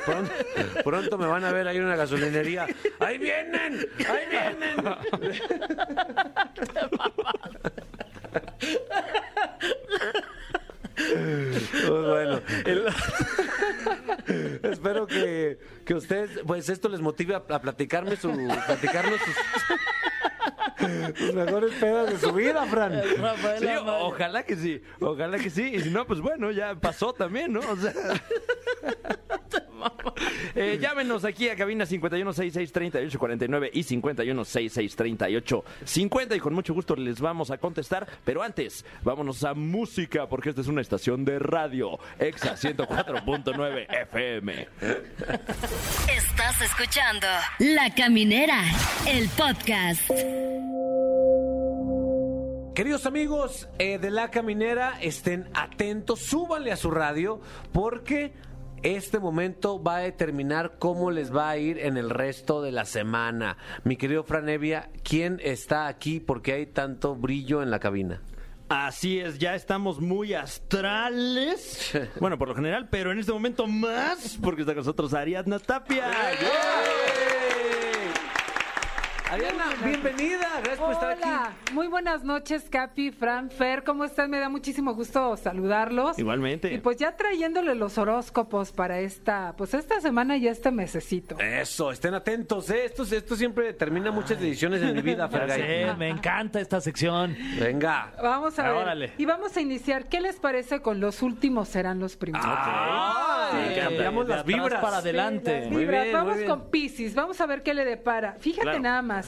B: Pronto, pronto me van a ver ahí en una gasolinería. ¡Ahí vienen! ¡Ahí vienen! Pues bueno, el- [LAUGHS] espero que, que ustedes, pues esto les motive a, a platicarme su, platicarnos sus, sus [LAUGHS] mejores pedas de su vida, Fran.
C: El Rafael
D: Sí,
C: Amaya.
D: ojalá que sí, ojalá que sí. Y si no, pues bueno, ya pasó también, ¿no? O sea. Eh, llámenos aquí a cabina 51663849 y 51663850 y con mucho gusto les vamos a contestar. Pero antes, vámonos a música porque esta es una estación de radio, EXA 104.9 FM.
E: Estás escuchando La Caminera, el podcast.
B: Queridos amigos eh, de La Caminera, estén atentos, súbanle a su radio porque este momento va a determinar cómo les va a ir en el resto de la semana. Mi querido Fran Evia, ¿quién está aquí? Porque hay tanto brillo en la cabina.
D: Así es, ya estamos muy [LAUGHS] astrales. Bueno, por lo general, pero en este momento más, porque está con nosotros Ariadna Tapia.
B: Ariana, bienvenida, gracias por estar
I: Hola,
B: aquí.
I: muy buenas noches, Capi, Fran, Fer, ¿cómo están? Me da muchísimo gusto saludarlos.
D: Igualmente.
I: Y pues ya trayéndole los horóscopos para esta, pues esta semana y este mesecito.
B: Eh. Eso, estén atentos, ¿eh? esto, esto siempre determina muchas decisiones en mi vida,
C: Ya sé,
B: Fergay.
C: me encanta esta sección.
B: Venga.
I: Vamos
B: Ah,
I: a ver.
C: Órale.
I: Y vamos a iniciar. ¿Qué les parece con los últimos serán los primeros?
B: Ah, Ay,
C: Sí,
B: cambiamos
C: de
B: las
C: atrás
B: vibras.
C: para
I: Las
C: adelante.
B: Muy
I: vibras.
B: bien, muy
I: Vamos
B: bien.
I: con Piscis. Vamos a ver qué le depara. Fíjate
D: Claro.
I: nada más.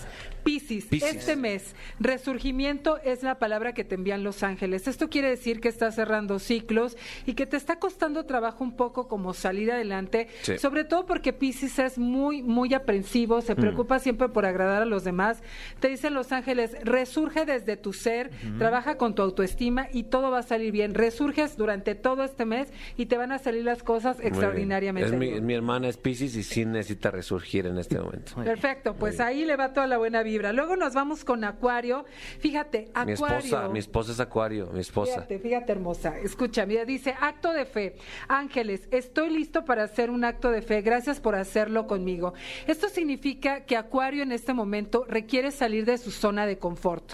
I: Piscis,
B: Piscis.
I: este mes, resurgimiento es la palabra que te envían los ángeles. Esto quiere decir que estás cerrando ciclos y que te está costando trabajo un poco como salir adelante,
B: Sí. Mm.
I: sobre todo porque Piscis es muy, muy aprensivo, se preocupa siempre por agradar a los demás. Te dicen los ángeles, resurge desde tu ser, trabaja con tu autoestima y todo va a salir bien. Resurges durante todo este mes y te van a salir las cosas
B: Muy bien.
I: extraordinariamente.
B: Es mi,
I: bien.
B: mi hermana es Pisces y sí necesita resurgir en este momento.
I: Perfecto, pues ahí le va toda la buena vibra. Luego nos vamos con Acuario. Fíjate,
B: Mi
I: Acuario.
B: esposa, mi esposa es Acuario, mi esposa.
I: Fíjate, fíjate hermosa. Escucha, mira, dice, acto de fe. Ángeles, estoy listo para hacer un acto de fe. Gracias por hacerlo conmigo. Esto significa que Acuario en este momento requiere salir de su zona de confort.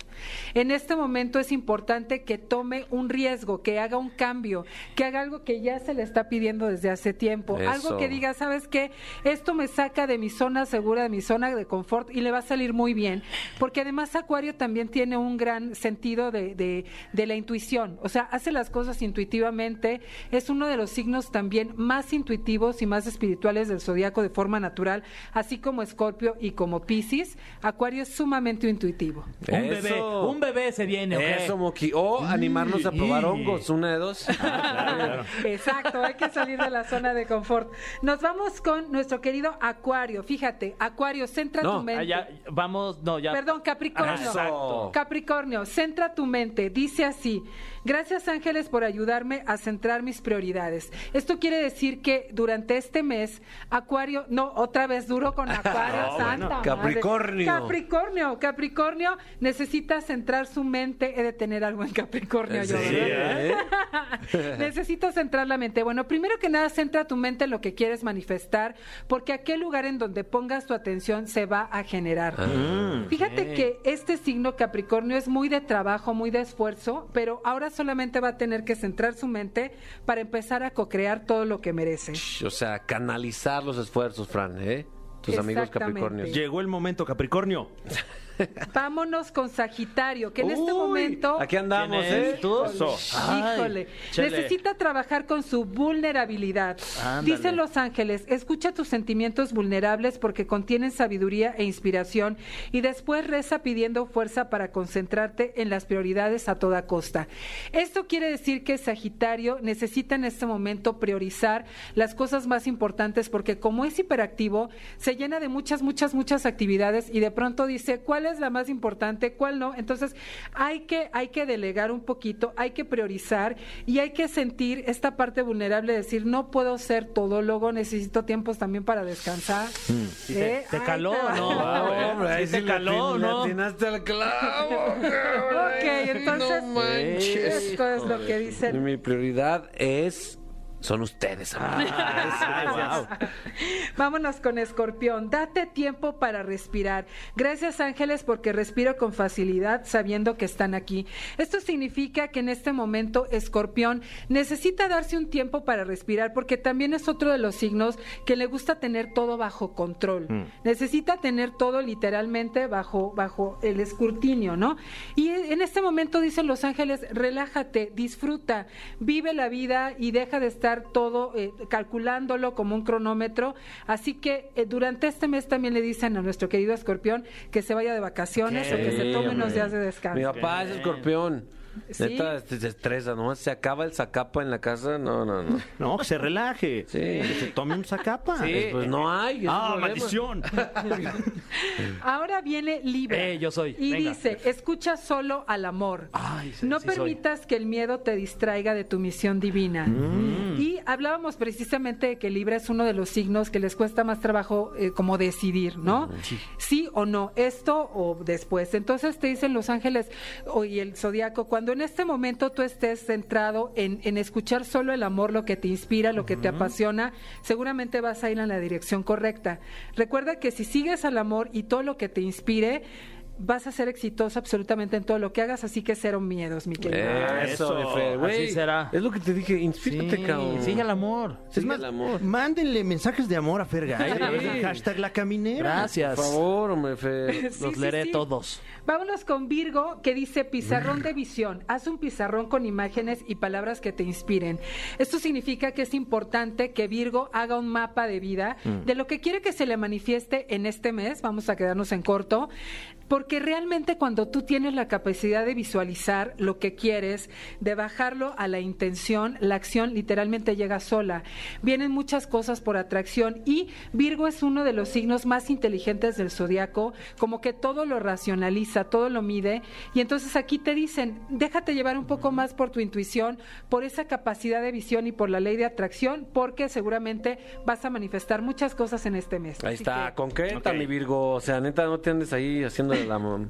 I: En este momento es importante que tome un riesgo, que haga un cambio, que haga algo que ya se le está pidiendo desde hace tiempo.
B: Eso.
I: Algo que diga, ¿sabes qué? Esto me saca de mi zona segura, de mi zona de confort y le va a salir muy bien. Porque además Acuario también tiene un gran sentido de, de- de la intuición. O sea, hace las cosas intuitivamente. Es uno de los signos también más intuitivos y más espirituales del zodiaco de forma natural, así como Escorpio y como Piscis. Acuario es sumamente intuitivo.
C: Un bebé,
B: Eso.
C: un bebé se viene, ¿ok?
B: Eso, Moki. O animarnos a probar hongos, una de dos.
C: Ah,
B: [LAUGHS]
I: [LAUGHS] Exacto, hay que salir de la zona de confort. Nos vamos con nuestro querido Acuario. Fíjate, Acuario, centra
B: No,
I: tu mente.
C: Allá, Ah, vamos, no, ya.
I: Perdón, Capricornio.
C: Exacto.
I: Capricornio, centra tu mente. Dice así: Gracias, ángeles, por ayudarme a centrar mis prioridades. Esto quiere decir que durante este mes, Acuario. No, otra vez duro con Acuario,
D: No,
I: Santa.
D: bueno.
I: madre.
B: Capricornio.
I: Capricornio, Capricornio necesita centrar su mente. He de tener algo en Capricornio, yo,
B: Sí,
I: ¿verdad?
B: ¿eh?
I: [LAUGHS] Necesitas centrar la mente. Bueno, primero que nada, centra tu mente en lo que quieres manifestar, porque aquel lugar en donde pongas tu atención se va a generar.
B: Ah,
I: Fíjate que este signo Capricornio es muy de trabajo, muy de esfuerzo, pero ahora solamente va a tener que centrar su mente para empezar a co-crear todo lo que merece.
B: Sh, O sea, canalizar los esfuerzos, Fran, ¿eh? Tus amigos
I: Exactamente.
B: Capricornios.
D: Llegó el momento, Capricornio.
I: Vámonos con Sagitario, que en este
B: Uy,
I: momento...
B: Aquí andamos,
C: ¿Quién es?
B: ¿eh?
C: ¿Tú?
D: Eso.
C: Ay,
I: Híjole,
C: chele.
I: necesita trabajar con su vulnerabilidad.
C: Ándale.
I: Dicen los ángeles, escucha tus sentimientos vulnerables porque contienen sabiduría e inspiración y después reza pidiendo fuerza para concentrarte en las prioridades a toda costa. Esto quiere decir que Sagitario necesita en este momento priorizar las cosas más importantes porque como es hiperactivo, se llena de muchas, muchas, muchas actividades y de pronto dice cuál es la más importante, cuál no. Entonces hay que, hay que delegar un poquito, hay que priorizar y hay que sentir esta parte vulnerable de decir no puedo ser todólogo, necesito tiempos también para descansar.
C: Mm. Sí, te-
I: ¿Eh?
C: te
I: Ay,
C: caló,
I: va.
C: ¿no? Ah,
B: No,
C: bueno.
B: hombre, ahí
C: Sí te
B: sí le
C: caló,
B: atin-
C: ¿no?
B: le atinaste al clavo. cabrón.
I: [LAUGHS] Ok,
B: Ay,
I: entonces
B: no manches.
I: esto es lo que
B: Y
I: dicen.
B: Mi prioridad es. Son ustedes, amigos.
C: Ah.
I: [LAUGHS] Vámonos con Escorpión. Date tiempo para respirar. Gracias Ángeles porque respiro con facilidad sabiendo que están aquí. Esto significa que en este momento Escorpión necesita darse un tiempo para respirar porque también es otro de los signos que le gusta tener todo bajo control. Necesita tener todo literalmente bajo, bajo el escrutinio, ¿no? Y en este momento dicen los ángeles, relájate, disfruta, vive la vida y deja de estar todo eh, calculándolo como un cronómetro. Así que eh, durante este mes también le dicen a nuestro querido escorpión que se vaya de vacaciones o que se
B: Sí,
I: tome unos
B: hombre.
I: días de
B: Mi
I: descanso.
B: papá es escorpión.
I: Sí.
B: Neta, se se estresa, nomás se acaba el zacapa en la casa. No, no, no.
D: No, que se relaje.
B: Sí.
D: Que se tome un zacapa.
B: Es- Pues no hay. es un
D: Ah,
B: problema.
D: maldición.
I: Ahora viene Libra.
C: Eh, yo soy,
I: Y
C: venga.
I: dice, escucha solo al amor.
C: Ay, sí,
I: no
C: sí soy.
I: permitas que el miedo te distraiga de tu misión divina. Y hablábamos precisamente de que Libra es uno de los signos que les cuesta más trabajo eh, como decidir, ¿no? Sí. o no, esto o después. Entonces te dicen los ángeles o- y el zodiaco, cuando en este momento tú estés centrado en, en escuchar solo el amor, lo que te inspira, lo que te apasiona, seguramente vas a ir en la dirección correcta. Recuerda que si sigues al amor y todo lo que te inspire, vas a ser exitoso absolutamente en todo lo que hagas, así que cero miedos, mi querido.
B: Eso,
D: Eso,
B: Efe, güey.
C: así será.
B: Es lo que te dije.
C: [LAUGHS]
B: Inspírate,
C: Sí,
B: cabrón.
C: sigue el amor.
B: Sigue el amor.
D: Mándenle mensajes de amor a ¿eh? Fergay.
B: Sí.
D: a través del Hashtag la caminera.
B: Por
C: Gracias.
B: favor, hombre, Efe.
I: [LAUGHS] Sí,
C: Los
I: sí,
C: leeré
I: sí.
C: todos.
I: Vámonos con Virgo que dice pizarrón de visión. Haz un pizarrón con imágenes y palabras que te inspiren. Esto significa que es importante que Virgo haga un mapa de vida de lo que quiere que se le manifieste en este mes. Vamos a quedarnos en corto. Porque realmente cuando tú tienes la capacidad de visualizar lo que quieres, de bajarlo a la intención, la acción literalmente llega sola. Vienen muchas cosas por atracción y Virgo es uno de los signos más inteligentes del zodiaco, como que todo lo racionaliza, todo lo mide y entonces aquí te dicen, déjate llevar un poco más por tu intuición, por esa capacidad de visión y por la ley de atracción, porque seguramente vas a manifestar muchas cosas en este mes.
B: Ahí
I: Así
B: está,
I: que-
B: concreta, mi Virgo. O sea, neta, no te andes ahí haciendo el amor.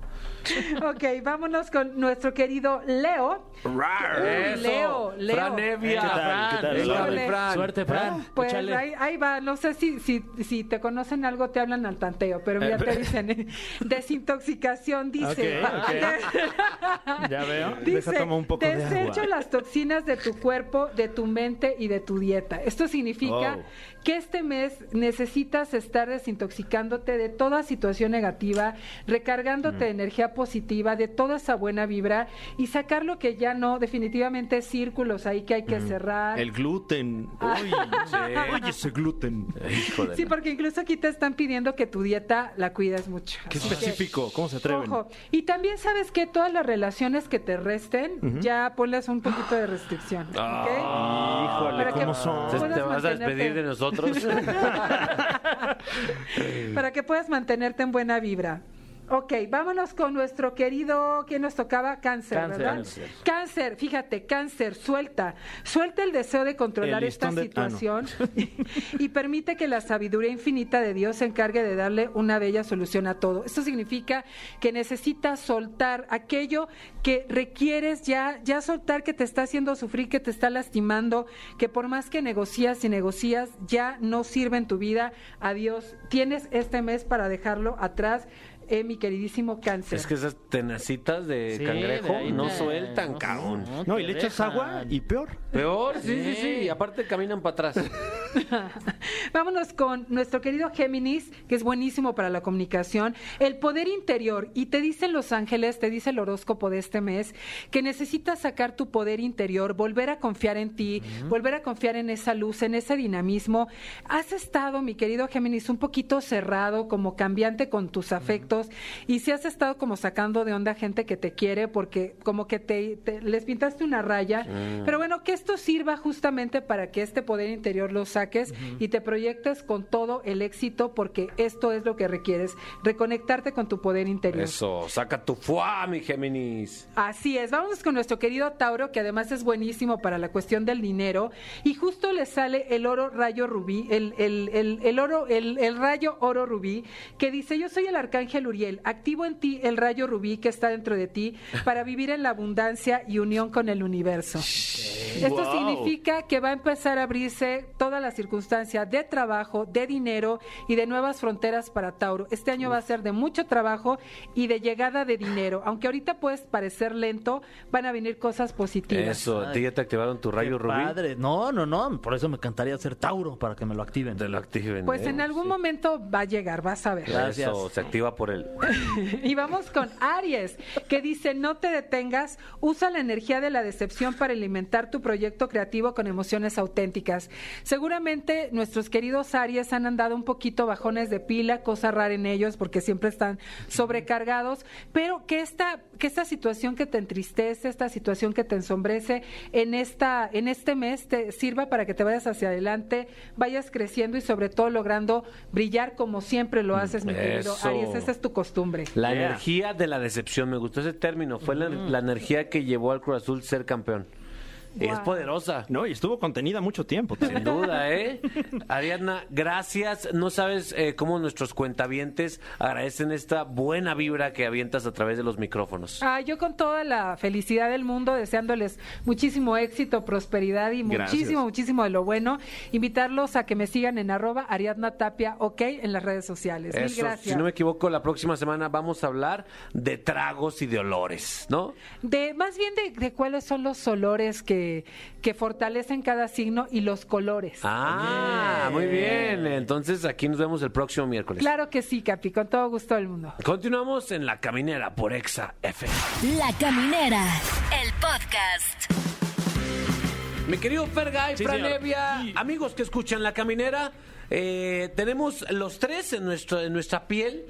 I: Ok, vámonos con nuestro querido Leo. Uy, Leo, Leo.
B: Fran Evia.
D: ¿Qué tal? ¿Qué
B: Fran,
D: tal?
I: Híjole.
B: échale, Fran.
C: Suerte, Fran.
I: Pues
C: Échale.
I: ahí, ahí va, no sé si, si, si te conocen algo, te hablan al tanteo, pero
D: [LAUGHS]
I: mira, te dicen, eh, desintoxicación, dice.
D: Eh,
I: [LAUGHS]
D: Ok, [LAUGHS] Ya veo. Deja
I: Dice,
D: tomar un poco de
I: desecho
D: agua.
I: las toxinas de tu cuerpo, de tu mente y de tu dieta. Esto significa
D: Oh.
I: que este mes necesitas estar desintoxicándote de toda situación negativa,
D: Mm.
I: recargándote de energía positiva, de toda esa buena vibra y sacar lo que ya no, definitivamente círculos ahí que hay
D: Mm.
I: que cerrar.
D: El gluten. Uy, oye, ese gluten.
B: Híjole.
I: Sí, porque incluso aquí te están pidiendo que tu dieta la cuidas mucho.
D: Qué
I: Así que,
D: específico. ¿Cómo se atreven?
I: ojo. Y también sabes que todas las relaciones que te resten, ya ponles un poquito de restricción. ¿ok?
D: Híjole,
I: Para que pues,
D: ¿cómo son?
I: puedas
B: ¿Te vas a
I: mantenerte-
B: despedir de
I: [LAUGHS]
B: nosotros? [LAUGHS]
I: Para que puedas mantenerte en buena vibra. Ok, vámonos con nuestro querido, ¿quién nos tocaba? Cáncer,
C: Cáncer.
I: ¿verdad?
C: Cáncer.
I: Cáncer. fíjate, cáncer, suelta. Suelta el deseo de controlar
D: El
I: esta
D: listón de- ah, no.
I: situación [LAUGHS] y permite que la sabiduría infinita de Dios se encargue de darle una bella solución a todo. Esto significa que necesitas soltar aquello que requieres ya, ya soltar que te está haciendo sufrir, que te está lastimando, que por más que negocias y negocias, ya no sirve en tu vida. Adiós. Tienes este mes para dejarlo atrás. eh, mi queridísimo cáncer.
B: Es que esas tenacitas de
C: Sí,
B: cangrejo
C: de ahí
B: no
C: te-
B: sueltan,
C: no,
B: cabrón.
D: No, y
C: te
D: le echas
C: dejan.
D: agua y peor.
B: Peor, sí, sí, sí. Y aparte caminan para atrás.
I: [LAUGHS] Vámonos con nuestro querido Géminis, que es buenísimo para la comunicación, el poder interior. Y te dicen los ángeles, te dice el horóscopo de este mes, que necesitas sacar tu poder interior, volver a confiar en ti, volver a confiar en esa luz, en ese dinamismo. Has estado, mi querido Géminis, un poquito cerrado, como cambiante con tus afectos, y si has estado como sacando de onda gente que te quiere, porque como que te, te- les pintaste una raya. Pero bueno, que esto sirva justamente para que este poder interior lo saques y te proyectes con todo el éxito, porque esto es lo que requieres, reconectarte con tu poder interior.
B: Eso, saca tu fuá, mi Géminis.
I: Así es, vamos con nuestro querido Tauro, que además es buenísimo para la cuestión del dinero. Y justo le sale el oro rayo rubí, el, el- el- el oro, el, el rayo oro rubí, que dice: Yo soy el arcángel Uriel, activo en ti el rayo rubí que está dentro de ti para vivir en la abundancia y unión con el universo. Pues Esto
D: Wow.
I: significa que va a empezar a abrirse toda la circunstancia de trabajo, de dinero y de nuevas fronteras para Tauro. Este año va a ser de mucho trabajo y de llegada de dinero. Aunque ahorita puedes parecer lento, van a venir cosas positivas.
B: Eso, a ti ya te activaron tu rayo
C: Qué
B: rubí.
C: Padre. No, no, no. Por eso me encantaría ser Tauro para que me lo activen.
B: Te lo activen.
I: Pues
B: ¿eh?
I: en algún momento va a llegar, vas a ver.
C: Gracias.
B: Eso, se activa por él.
I: [LAUGHS] Y vamos con Aries, que dice, no te detengas, usa la energía de la decepción para alimentar tu proyecto creativo con emociones auténticas. Seguramente nuestros queridos Aries han andado un poquito bajones de pila, cosa rara en ellos porque siempre están sobrecargados, pero que esta, que esta situación que te entristece, esta situación que te ensombrece en, esta, en este mes te sirva para que te vayas hacia adelante, vayas creciendo y sobre todo logrando brillar como siempre lo haces, mi querido
B: Eso.
I: Aries. Esa es tu costumbre.
B: La
D: Yeah.
B: energía de la decepción, me gustó ese término. Fue la, la energía que llevó al Cruz Azul ser campeón. Es
I: Guau.
B: poderosa.
D: No, y estuvo contenida mucho tiempo.
B: Sin duda, ¿eh? Ariadna, gracias. No sabes eh, cómo nuestros cuentavientes agradecen esta buena vibra que avientas a través de los micrófonos.
I: Ah, yo con toda la felicidad del mundo, deseándoles muchísimo éxito, prosperidad y
D: Gracias.
I: muchísimo, muchísimo de lo bueno. Invitarlos a que me sigan en arroba Ariadna Tapia, ok, en las redes sociales. pues, Mil
B: Eso,
I: gracias.
B: si no me equivoco, la próxima semana vamos a hablar de tragos y de olores, ¿no?
I: De más bien de, de cuáles son los olores que, que fortalecen cada signo y los colores.
B: Ah, muy bien. Entonces aquí nos vemos el próximo miércoles.
I: Claro que sí, Capi, con todo gusto del mundo.
B: Continuamos en La Caminera por Exa FM.
E: La Caminera, el podcast.
B: Mi querido Fergay,
C: Sí,
B: Fran
C: señor.
B: Evia, amigos que escuchan La Caminera, eh, tenemos los tres en, nuestro, en nuestra piel,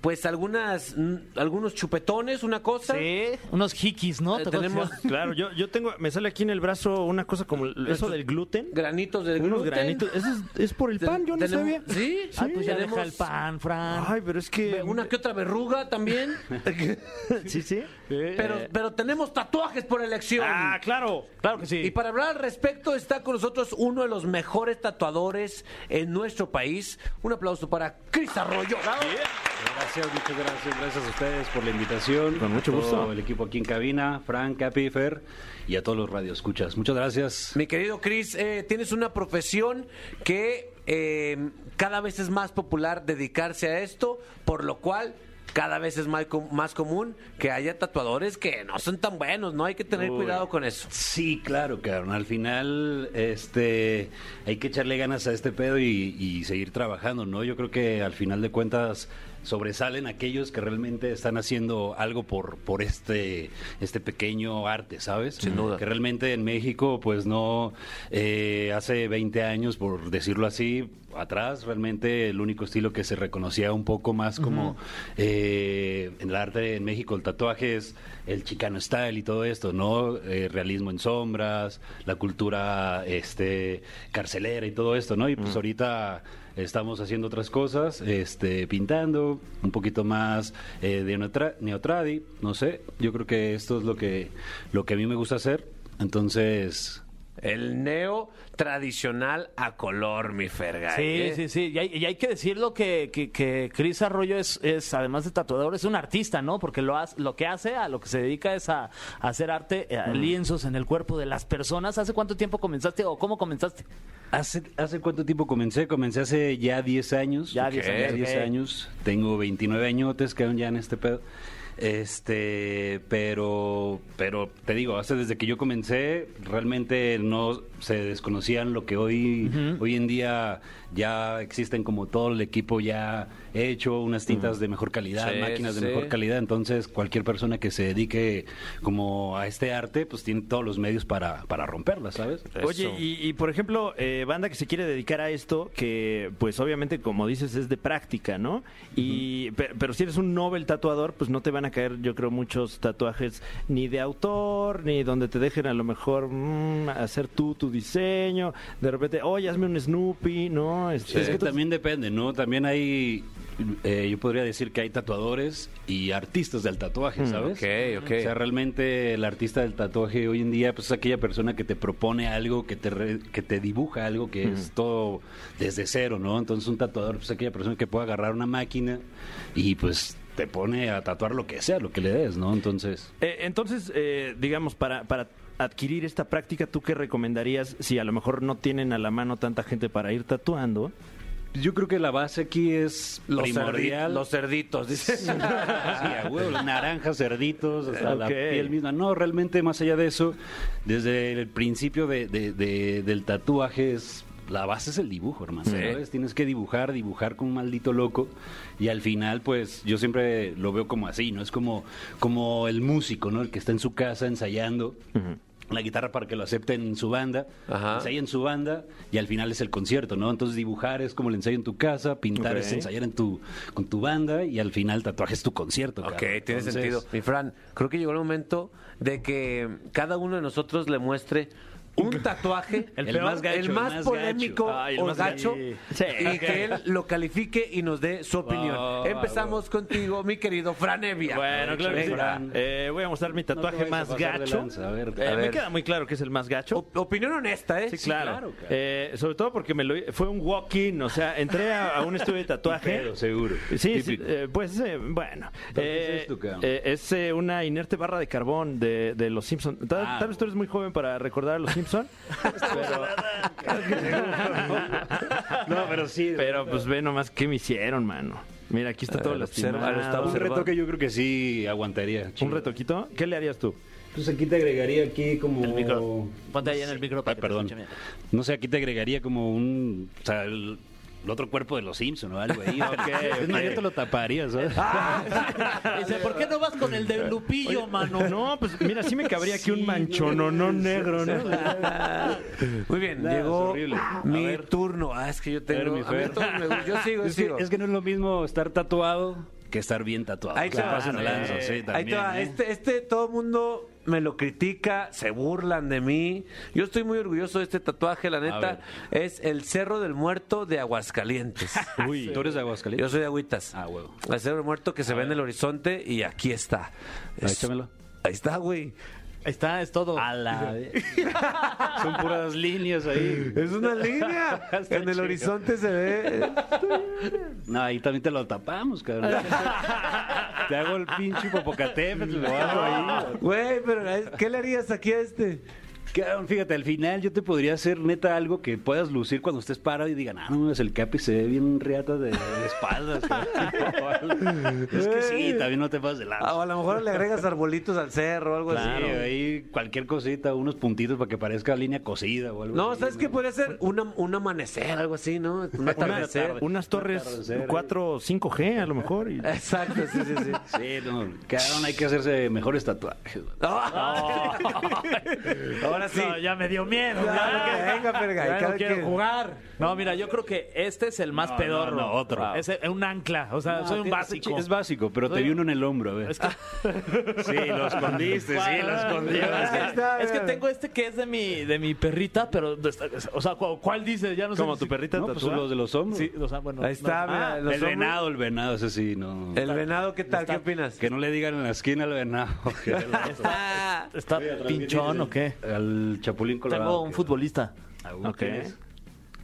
B: pues algunas, mm, algunos chupetones, una cosa.
D: [LAUGHS]
C: Unos hikis, ¿no?
B: Eh,
C: ¿Te
B: tenemos
C: acuerdas?
D: Claro, yo, yo tengo, me sale aquí en el brazo una cosa como el- eso del gluten.
B: Granitos de
D: Unos
B: gluten.
D: granitos. Eso es, es por el
B: Te-
D: pan, yo no
B: tenemos-
D: sabía.
B: Sí,
C: Ah, pues ya
B: tenemos
C: deja el pan, Fran.
D: Ay, pero es que.
B: Una que otra verruga también,
D: [LAUGHS] Sí, sí. Eh,
B: pero, pero tenemos tatuajes por elección.
D: Ah, claro.
C: claro que sí.
B: Y para hablar al respecto está con nosotros uno de los mejores tatuadores en nuestro país. Un aplauso para Cris Arroyo.
J: Gracias, muchas gracias, gracias a ustedes por la invitación.
D: Con mucho
J: A todo
D: gusto.
J: el equipo aquí en cabina, Frank, Capi, Fer y a todos los radioescuchas. Muchas gracias.
B: Mi querido Cris, eh, tienes una profesión que eh, cada vez es más popular dedicarse a esto, por lo cual cada vez es más, com- más común que haya tatuadores que no son tan buenos, ¿no? Hay que tener
J: Uy.
B: cuidado con eso.
J: Sí, claro, cabrón. Al final, este, hay que echarle ganas a este pedo y, y seguir trabajando, ¿no? Yo creo que al final de cuentas sobresalen aquellos que realmente están haciendo algo por, por este, este pequeño arte, ¿sabes?
B: Sin duda.
J: Que realmente en México, pues no, eh, hace 20 años, por decirlo así, atrás, realmente el único estilo que se reconocía un poco más como eh, en el arte en México, el tatuaje es el chicano style y todo esto, ¿no? Eh, realismo en sombras, la cultura este carcelera y todo esto, ¿no? Y pues ahorita
B: estamos haciendo otras cosas, este, pintando, un poquito más eh, de neotra- neotradi, no sé. Yo creo que esto es lo que, lo que a mí me gusta hacer. Entonces,
J: El neo tradicional a color, mi Fergay.
C: Sí,
J: ¿eh?
C: sí, sí. Y hay, y hay que decirlo que, que, que Cris Arroyo es, es, además de tatuador, es un artista, ¿no? Porque lo, haz- lo que hace, a lo que se dedica es a, a hacer arte, eh, a
D: Mm.
C: lienzos en el cuerpo de las personas. ¿Hace cuánto tiempo comenzaste o cómo comenzaste?
B: ¿Hace, ¿Hace cuánto tiempo comencé? Comencé hace ya 10 años.
C: Ya 10 años, ok.
B: años. Tengo 29 añotes que aún ya en este pedo. Este, pero, pero te digo, hace desde que yo comencé, realmente no se desconocían lo que hoy, hoy en día ya existen como todo el equipo ya hecho, unas tintas de mejor calidad,
J: Sí,
B: máquinas de
J: sí.
B: mejor calidad. Entonces, cualquier persona que se dedique como a este arte, pues tiene todos los medios para, para romperla, ¿sabes?
D: Oye, y, y, por ejemplo, eh, banda que se quiere dedicar a esto, que pues obviamente como dices es de práctica, ¿no? Y pe- pero, si eres un Nobel tatuador, pues no te van a caer, yo creo, muchos tatuajes ni de autor, ni donde te dejen a lo mejor mm, hacer tú tu diseño, de repente, oye, hazme un Snoopy, ¿no? Este,
B: Es que Eh, también depende, ¿no? También hay, eh, yo podría decir que hay tatuadores y artistas del tatuaje, ¿sabes?
J: ok, ok.
B: O sea, realmente el artista del tatuaje hoy en día pues, es aquella persona que te propone algo, que te, re- que te dibuja algo que es todo desde cero, ¿no? Entonces un tatuador pues, es aquella persona que puede agarrar una máquina y pues te pone a tatuar lo que sea, lo que le des, ¿no? Entonces...
D: Eh, entonces, eh, digamos, para, para adquirir esta práctica, ¿tú qué recomendarías si a lo mejor no tienen a la mano tanta gente para ir tatuando?
B: Yo creo que la base aquí es
J: Los, cerdi-
B: primordial.
J: los cerditos, dices.
B: Sí, a huevo, naranjas, cerditos, hasta la
D: Ok.
B: piel misma. No, realmente más allá de eso, desde el principio de- de- de- del tatuaje es... La base es el dibujo, hermano. ¿sabes? Tienes que dibujar, dibujar con un maldito loco. Y al final, pues, yo siempre lo veo como así, ¿no? Es como, como el músico, ¿no? El que está en su casa ensayando la guitarra para que lo acepten en su banda.
J: Ajá.
B: Ensaya en su banda y al final es el concierto, ¿no? Entonces dibujar es como el ensayo en tu casa, pintar es
D: Ok.
B: ensayar en tu, con tu banda y al final tatuaje es tu concierto.
J: Ok,
B: cabrón.
J: tiene
B: Entonces,
J: sentido. Mi Fran, creo que llegó el momento de que cada uno de nosotros le muestre un tatuaje,
B: El peor,
J: más gacho, [LAUGHS] el más,
B: gacho.
J: polémico
D: Ay, el
J: o
D: más
J: gacho,
D: gacho. Sí,
J: y que él lo califique y nos dé su opinión.
B: Wow.
J: Empezamos contigo, mi querido Fran Evia.
D: Bueno, claro que sí.
J: Venga.
D: Eh, voy a mostrar mi tatuaje
B: vayas a
D: más
B: pasar de
D: gacho.
B: lanza, a ver.
D: Eh,
B: A
D: Me
J: ver.
D: queda muy claro que es el más gacho.
J: Op- opinión honesta, ¿eh?
D: Sí, claro.
B: claro, claro.
D: Eh, sobre todo porque me lo, fue un walk-in, o sea, entré a, a
B: [LAUGHS]
D: un estudio de tatuaje.
B: Pero seguro.
D: Sí, sí,
B: Típico.
D: eh, pues eh, bueno.
B: ¿qué es esto, cabrón?
D: eh, es eh, una inerte barra de carbón de, de los Simpson. Tal,
B: Ah.
D: tal vez tú eres muy joven para recordar a los
B: [LAUGHS]
D: Simpson. [LAUGHS]
B: No, pero sí.
D: pero pues ve nomás qué me hicieron, mano. Mira, aquí está todo
J: observa,
D: lastimado.
J: lo está
B: un
J: observando.
B: reto que yo creo que sí aguantaría.
D: ¿Un retoquito? ¿Qué le harías tú?
B: Pues aquí te agregaría aquí como...
C: El micro. Ponte ahí en el micro para
B: Ay,
C: que te
B: perdón.
C: escuche bien.
B: No sé, aquí te agregaría como un... O sea, el, el otro cuerpo de los Simpson o algo
C: [LAUGHS]
B: ahí. Es más, yo te lo taparía, ¿sabes?
C: Dice, ¿por qué no vas con el de Lupillo, mano?
D: No, pues mira, sí me cabría aquí un manchononón
C: [LAUGHS]
D: negro, ¿no?
J: Muy bien,
B: Nada, es
J: llegó
B: horrible. A
J: mi
B: ver.
J: turno. Ah, es que yo tengo...
B: mi
J: a mí
B: Fer.
J: todos me gustan. yo
C: [LAUGHS]
J: sigo, yo
B: Es que,
J: sigo.
B: es que no es lo mismo estar tatuado que estar bien tatuado.
J: Ahí te
B: Se
J: va,
B: pasan de
J: eh.
B: lanza, sí,
J: Ahí te
B: también,
J: va.
B: ¿eh?
J: Este, este todo el mundo me lo critica, se burlan de mí. Yo estoy muy orgulloso de este tatuaje, la neta. Es el Cerro del Muerto de
D: [LAUGHS]
J: Aguascalientes.
B: Uy, ¿tú eres de Aguascalientes?
J: Yo soy de Agüitas.
B: Ah, huevo.
J: El Cerro del Muerto que se ve en el horizonte y aquí está.
D: Ah,
B: ver, échamelo.
J: Ahí está, güey.
C: Ahí está, es todo.
B: [LAUGHS] Son puras líneas ahí.
J: Es una
D: [LAUGHS]
J: línea.
B: Está
J: en el
B: chido.
J: horizonte se ve. eh,
B: No, ahí también te lo tapamos, cabrón. te hago el pinche popocatépetl, lo hago ahí.
J: Güey, pero
B: eh,
J: es- ¿qué le harías aquí a este?
B: Cabrón, fíjate, al final yo te podría hacer neta algo que puedas lucir cuando estés parado y digan, ah, no, es el capi se ve bien riata de, de espaldas. [LAUGHS] cabrón". es que sí, también no te pasas de lanza.
J: Ah, o a lo mejor le agregas arbolitos al cerro o algo
B: Claro,
J: así.
B: ahí cualquier cosita, unos puntitos para que parezca línea cosida o algo
J: No,
B: así,
J: ¿sabes qué? Podría ser una, un amanecer, algo así, ¿no? Un atardecer.
D: Unas torres 4 o 5G a lo mejor. y-
J: Exacto, sí, sí, sí.
C: [LAUGHS]
B: [LAUGHS] Sí, no, cabrón, hay que hacerse mejores tatuajes.
J: No. Ahora
B: ahora sí.
K: No, ya me dio miedo.
B: Ya,
K: ya.
B: venga, Fergay,
K: Ya
B: cada
K: no quiero
B: quien.
K: jugar.
C: No, mira, yo creo que este es el más
J: No, no,
C: pedorro.
J: no, otro.
C: Es eh, un ancla, o sea, soy un
J: Tienes-
C: básico.
J: Es básico, pero te
C: Soy-
J: vi uno en el hombro, a ver.
C: [LAUGHS] Es que-
J: Sí, lo escondiste, sí, lo
C: Es
J: escondiste.
C: que-
B: Ahí está,
C: es que
B: mira.
C: tengo este que es de mi, de mi perrita, pero, de esta- o sea, ¿cu- ¿cuál dice? Ya no sé.
D: Como
C: si-
D: tu perrita
J: No, pues
D: tatuada.
J: los de los hombros.
C: Sí, o sea, bueno.
B: Ahí está,
C: no.
B: mira,
C: Ah,
B: los
J: el
B: hombres-
J: venado, el venado, ese sí, no.
B: El venado, ¿qué tal? ¿Qué opinas?
J: Que no le digan en la esquina al venado. [LAUGHS] que al otro.
C: ¿Está pinchón o qué?
J: Al chapulín colorado.
C: Tengo un
J: que-
C: futbolista.
J: Ah,
C: Ok.
J: ¿Quién es?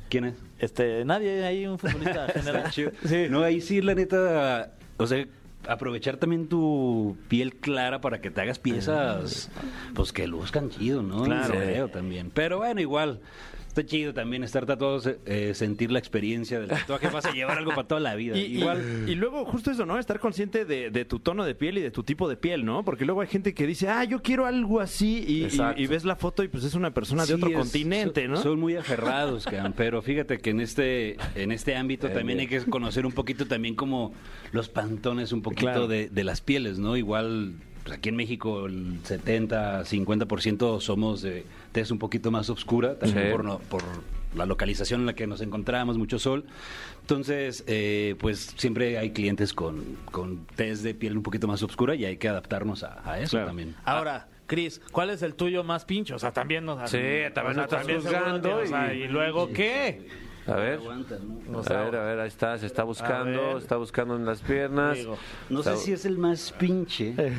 J: ¿Quién es?
C: Este, nadie hay
J: [LAUGHS]
C: un futbolista general.
J: No, ahí sí, la neta. O sea, aprovechar también tu piel clara para que te hagas piezas, pues que luzcan chido, ¿no?
C: Claro.
J: En el video también. Pero bueno, igual. Está chido también estar tatuado, eh, sentir la experiencia del tatuaje. Vas a llevar algo para toda la vida.
D: Y, igual, y luego justo eso, ¿no? Estar consciente de, de tu tono de piel y de tu tipo de piel, ¿no? Porque luego hay gente que dice, ah, yo quiero algo así y, y- y ves la foto y pues es una persona de
J: Sí,
D: otro
J: es-
D: continente,
J: so-
D: ¿no?
J: Son muy aferrados, cabrón, pero fíjate que en este en este ámbito también hay que conocer un poquito también como los pantones un poquito
D: Claro.
J: de, de las pieles, ¿no? Igual pues, aquí en México el 70, 50% somos de tez un poquito más oscura, también
H: Sí.
J: por, no- por la localización en la que nos encontramos, mucho sol. Entonces, eh, pues siempre hay clientes con, con tez de piel un poquito más oscura y hay que adaptarnos a, a eso también.
C: Ahora, Cris, ¿cuál es el tuyo más pincho? O sea, también nos
B: Sí, también nos estás
C: seguro
B: juzgando
C: tiene- o sea,
B: y-
C: y luego qué?
B: A ver.
J: ¿no?
B: A ver, a ver, ahí está, se está
C: A
B: buscando,
C: ver.
B: está buscando en las piernas.
C: Digo,
J: No sé
B: Está-
J: si es el más pinche.
B: Eh.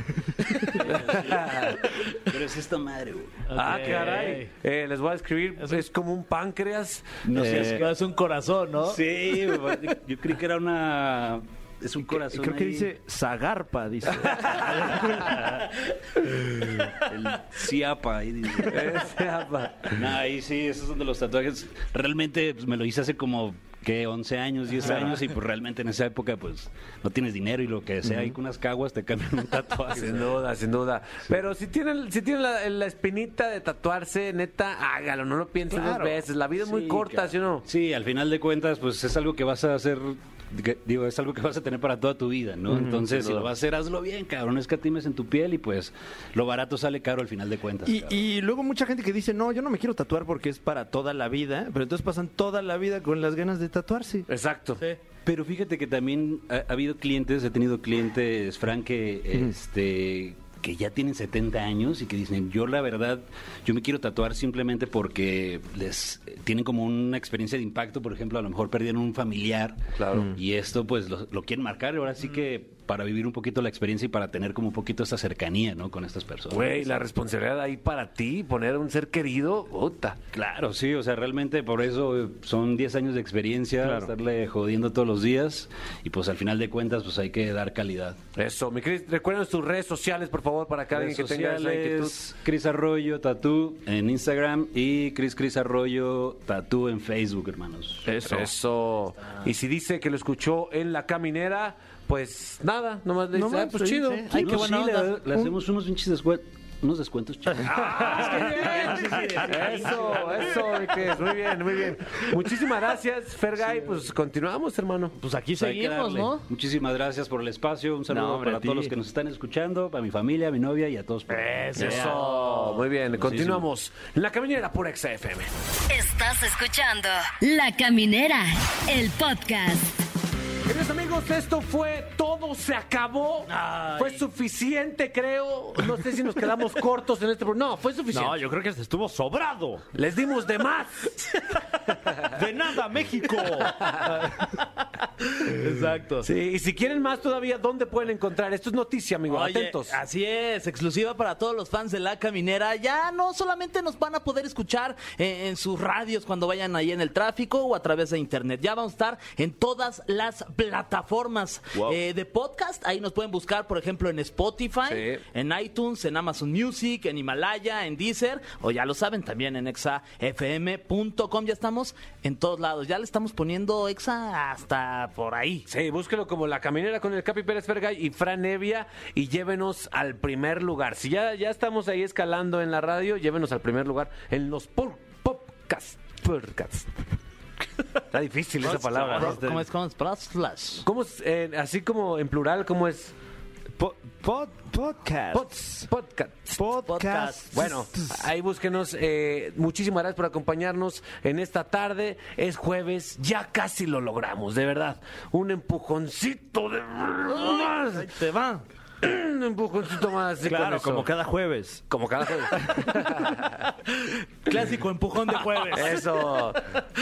J: [LAUGHS] Pero es esta madre, güey.
B: Ah,
C: Ok.
B: caray. Eh, les voy a escribir, es como un páncreas.
J: No
C: Sí,
B: Eh,
C: es, es un corazón, ¿no?
J: Eh, Sí, yo creí que era una. Es un corazón.
D: Creo que
J: ahí.
D: dice Zagarpa,
J: [LAUGHS]
D: dice.
J: El Ciapa, ahí dice. No, ahí sí, esos son de los tatuajes. Realmente pues, me lo hice hace como. que 11 años, 10 años, y pues realmente en esa época, pues no tienes dinero y lo que sea, hay que unas caguas te cambian un tatuaje.
B: Sin duda, sin duda. Pero si tienen, si tienen la, la espinita de tatuarse, neta, hágalo, no lo piensen dos veces. La vida es muy
J: Sí,
B: corta,
J: claro.
B: ¿sí o no?
J: Sí, al final de cuentas, pues es algo que vas a hacer, que- digo, es algo que vas a tener para toda tu vida, ¿no? Entonces, si lo vas a hacer, hazlo bien, cabrón, escatimes en tu piel y pues lo barato sale caro al final de cuentas.
D: Y,
J: cabrón.
D: y luego mucha gente que dice, no, yo no me quiero tatuar porque es para toda la vida, pero entonces pasan toda la vida con las ganas de tatuarse.
B: Exacto.
J: Pero fíjate que también ha, ha habido clientes, he tenido clientes, Frank, que, este, que ya tienen 70 años y que dicen, yo la verdad, yo me quiero tatuar simplemente porque les eh, tienen como una experiencia de impacto, por ejemplo, a lo mejor perdieron un familiar
B: Claro.
J: y esto pues lo, lo quieren marcar, ahora sí que para vivir un poquito la experiencia y para tener como un poquito esa cercanía, ¿no? Con estas personas.
B: Güey, la responsabilidad ahí para ti, poner a un ser querido, puta.
J: Claro, sí, o sea, realmente por eso eh, son 10 años de experiencia, estarle jodiendo todos los días y pues al final de cuentas pues hay que dar calidad.
B: Eso, mi Cris, recuerden tus redes sociales, por favor, para que alguien
J: Redes
B: que tenga esa inquietud.
J: sociales, Cris Arroyo Tatú en Instagram y Cris Cris Arroyo Tatú en Facebook, hermanos.
B: Eso. Y si dice que lo escuchó en la caminera, pues nada, nomás le dice, "Ah, pues chido.
J: Ay, qué
C: buena
J: buena
C: onda.
J: Le, le hacemos unos pinches descuentos. Unos descuentos chidos.
B: [LAUGHS] Eso, eso, mi Cris, muy bien, muy bien. Muchísimas gracias, Fergay, pues continuamos, hermano.
C: Pues aquí
J: Hay que
C: seguimos,
J: darle.
C: ¿no?
J: Muchísimas gracias por el espacio. Un saludo
D: No, hombre,
J: para
D: a ti.
J: todos los que nos están escuchando, para mi familia, a mi novia y a todos.
C: Eso.
B: Eso, muy bien,
J: Hermosísimo.
B: continuamos. En la caminera por XFM.
E: Estás escuchando La Caminera, el podcast.
B: Queridos amigos, esto fue todo, se acabó. Fue suficiente, creo. No sé si nos quedamos [LAUGHS] cortos en este programa. No, fue suficiente.
D: No, yo creo que se estuvo sobrado.
B: Les dimos de más.
D: De nada,
J: [LAUGHS]
D: México.
C: Exacto.
B: Sí, y si quieren más todavía, ¿dónde pueden encontrar? Esto es noticia, amigo.
C: Oye,
B: Atentos.
C: Así es, exclusiva para todos los fans de La Caminera. Ya no solamente nos van a poder escuchar eh, en sus radios cuando vayan ahí en el tráfico o a través de internet. Ya vamos a estar en todas las plataformas
D: Wow.
C: eh, de podcast. Ahí nos pueden buscar, por ejemplo, en Spotify,
B: Sí.
C: en iTunes, en Amazon Music, en Himalaya, en Deezer o ya lo saben también en exafm.com. Ya estamos en todos lados. Ya le estamos poniendo exa hasta por ahí.
B: Sí, búsquelo como La Caminera con el Capi Pérez Fergay y Fran Evia y llévenos al primer lugar. Si ya, ya estamos ahí escalando en la radio, llévenos al primer lugar en los por- podcasts. Podcasts. Está difícil esa palabra.
C: ¿Cómo es? ¿Cómo es?
B: ¿Cómo es, eh, así como en plural, ¿cómo es?
D: Po- pod- podcast.
B: Pods, podcast.
D: Podcast.
B: Bueno, ahí búsquenos. eh, muchísimas gracias por acompañarnos en esta tarde. Es jueves, ya casi lo logramos, de verdad. Un empujoncito de más.
D: Ahí te va.
B: Un empujoncito más. así con
D: Claro,
B: eso.
D: como cada jueves.
B: Como cada jueves.
C: Clásico empujón de jueves.
B: [LAUGHS]
D: [LAUGHS]
B: Eso.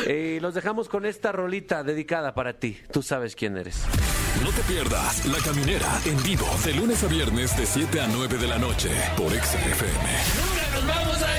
B: Y los dejamos con esta rolita dedicada para ti. Tú sabes quién eres.
J: No te pierdas La Caminera en vivo de lunes a viernes de 7 a 9 de la noche por Exa FM.
B: nos vamos a